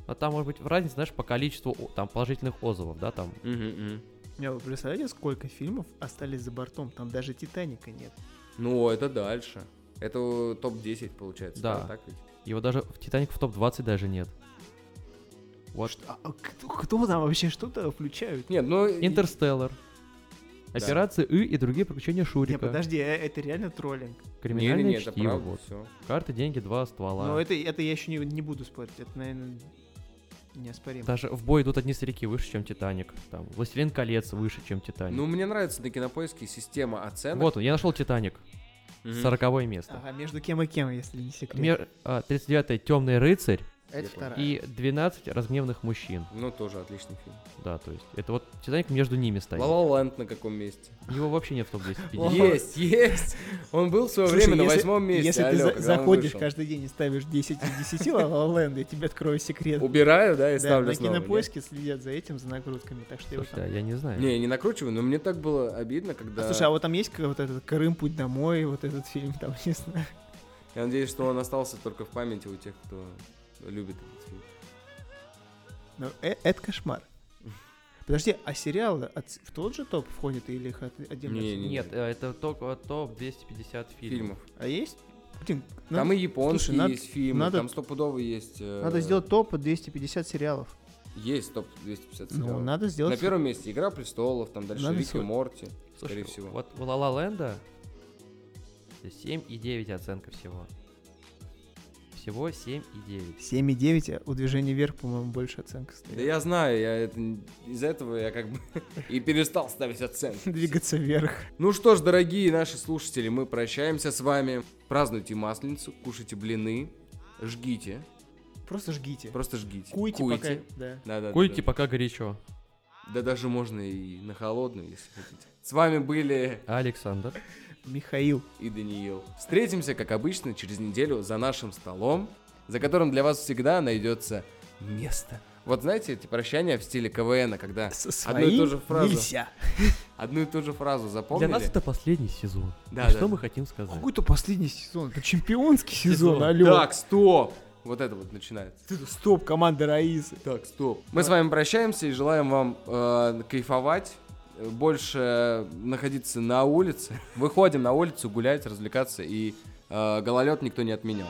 Но А там может быть разница, знаешь, по количеству о- там положительных отзывов, да, там.
Мгм, мгм.
Не, вы представляете, сколько фильмов остались за бортом? Там даже Титаника нет.
Ну, это дальше. Это э, топ-10 получается.
Да.
Так ведь?
Его даже в Титаник в топ-20 даже нет. Вот.
А, а кто, кто там вообще что-то включают?
Нет, ну... и-
Интерстеллар. Операция И и другие приключения Шурика.
Не, подожди, э, это реально троллинг.
Не, не,
Криминальное
не, это
чтиво,
правда, Ну,
вот.
все.
Карты, деньги, два ствола.
Но Ну, это, это я еще не, не буду спорить. Это, наверное, неоспоримо.
Даже в бой идут одни старики выше, чем Титаник. Там Властелин колец выше, чем Титаник.
Ну, мне нравится на кинопоиске система оценок.
вот он, я нашел Титаник.
Мгм.
Сороковое место.
Ага, между кем и кем, если не секрет.
Мер- а, 39-е Темный рыцарь
Это
Я
вторая.
и 12 разгневанных мужчин.
Ну, тоже отличный фильм.
Да, то есть это вот Титаник между ними стоит.
ла ленд на каком месте?
Его вообще нет в топ-10.
Ла-
Есть, есть! Он был в свое
Слушай,
время на
если-
восьмом месте.
Если ты
алло,
за-
когда он
заходишь
вышел.
каждый день и ставишь 10 из 10 ла ла я тебе открою секрет.
Убираю, да, и
Да,
ставлю
на
снова, нет?
кинопоиске следят за этим, за нагрузками, так что я его
Слушай,
там-
да, я не знаю.
Не, я не накручиваю, но мне так было обидно, когда...
А, слушай, а вот там есть как- вот этот Крым, путь домой, вот этот фильм, там, не знаю.
Я надеюсь, что он остался только в памяти у тех, кто любит этот фильм.
Ну, э- это кошмар. Подожди, а сериалы от- в тот же топ входят или их от- отдельно?
Не, не.
Нет, э, это только топ-250 фильмов.
Фильмов.
А есть? Блин,
Там
надо,
и японские
Ну, слушай, надо-
есть фильмы,
надо-
там стопудово есть... э,
надо сделать топ 250 сериалов.
Есть топ 250
Ну,
сериалов.
надо
На
сделать...
первом месте «Игра престолов», там дальше
Надо
«Рик и
сего-
Морти»,
Слушай,
скорее всего.
вот у Ла Ла Ленда 7,9 оценка всего. Всего 7,9.
7,9, а у движения вверх, по-моему, больше оценка
Да
стоит.
я знаю, я это... н- из-за этого я как бы и перестал ставить оценки.
Двигаться вверх.
Ну что ж, дорогие наши слушатели, мы прощаемся с вами. Празднуйте Масленицу, кушайте блины, жгите,
Просто жгите.
просто жгите.
Куйте,
Куйте.
пока. Да.
Да, да, да,
Куйте
да.
пока горячо.
Да даже можно и на холодную, если хотите. С вами были
Александр.
Михаил.
и Даниил. Встретимся, как обычно, через неделю за нашим столом, за которым для вас всегда найдется место. Вот знаете, эти прощания в стиле КВН, когда
Со
одну и
своим
ту же фразу,
нельзя.
одну и ту же фразу запомнили?
Для нас это последний сезон.
Да,
И
да.
что мы хотим сказать?
Какой-то последний сезон. Это чемпионский сезон,
Сезон.
алло.
Так, стоп! Вот это вот начинается.
Стоп, команда Раисы.
Так, стоп. Мы с вами прощаемся и желаем вам э, кайфовать, э, больше находиться на улице. Выходим на улицу гулять, развлекаться и э, гололед никто не отменял.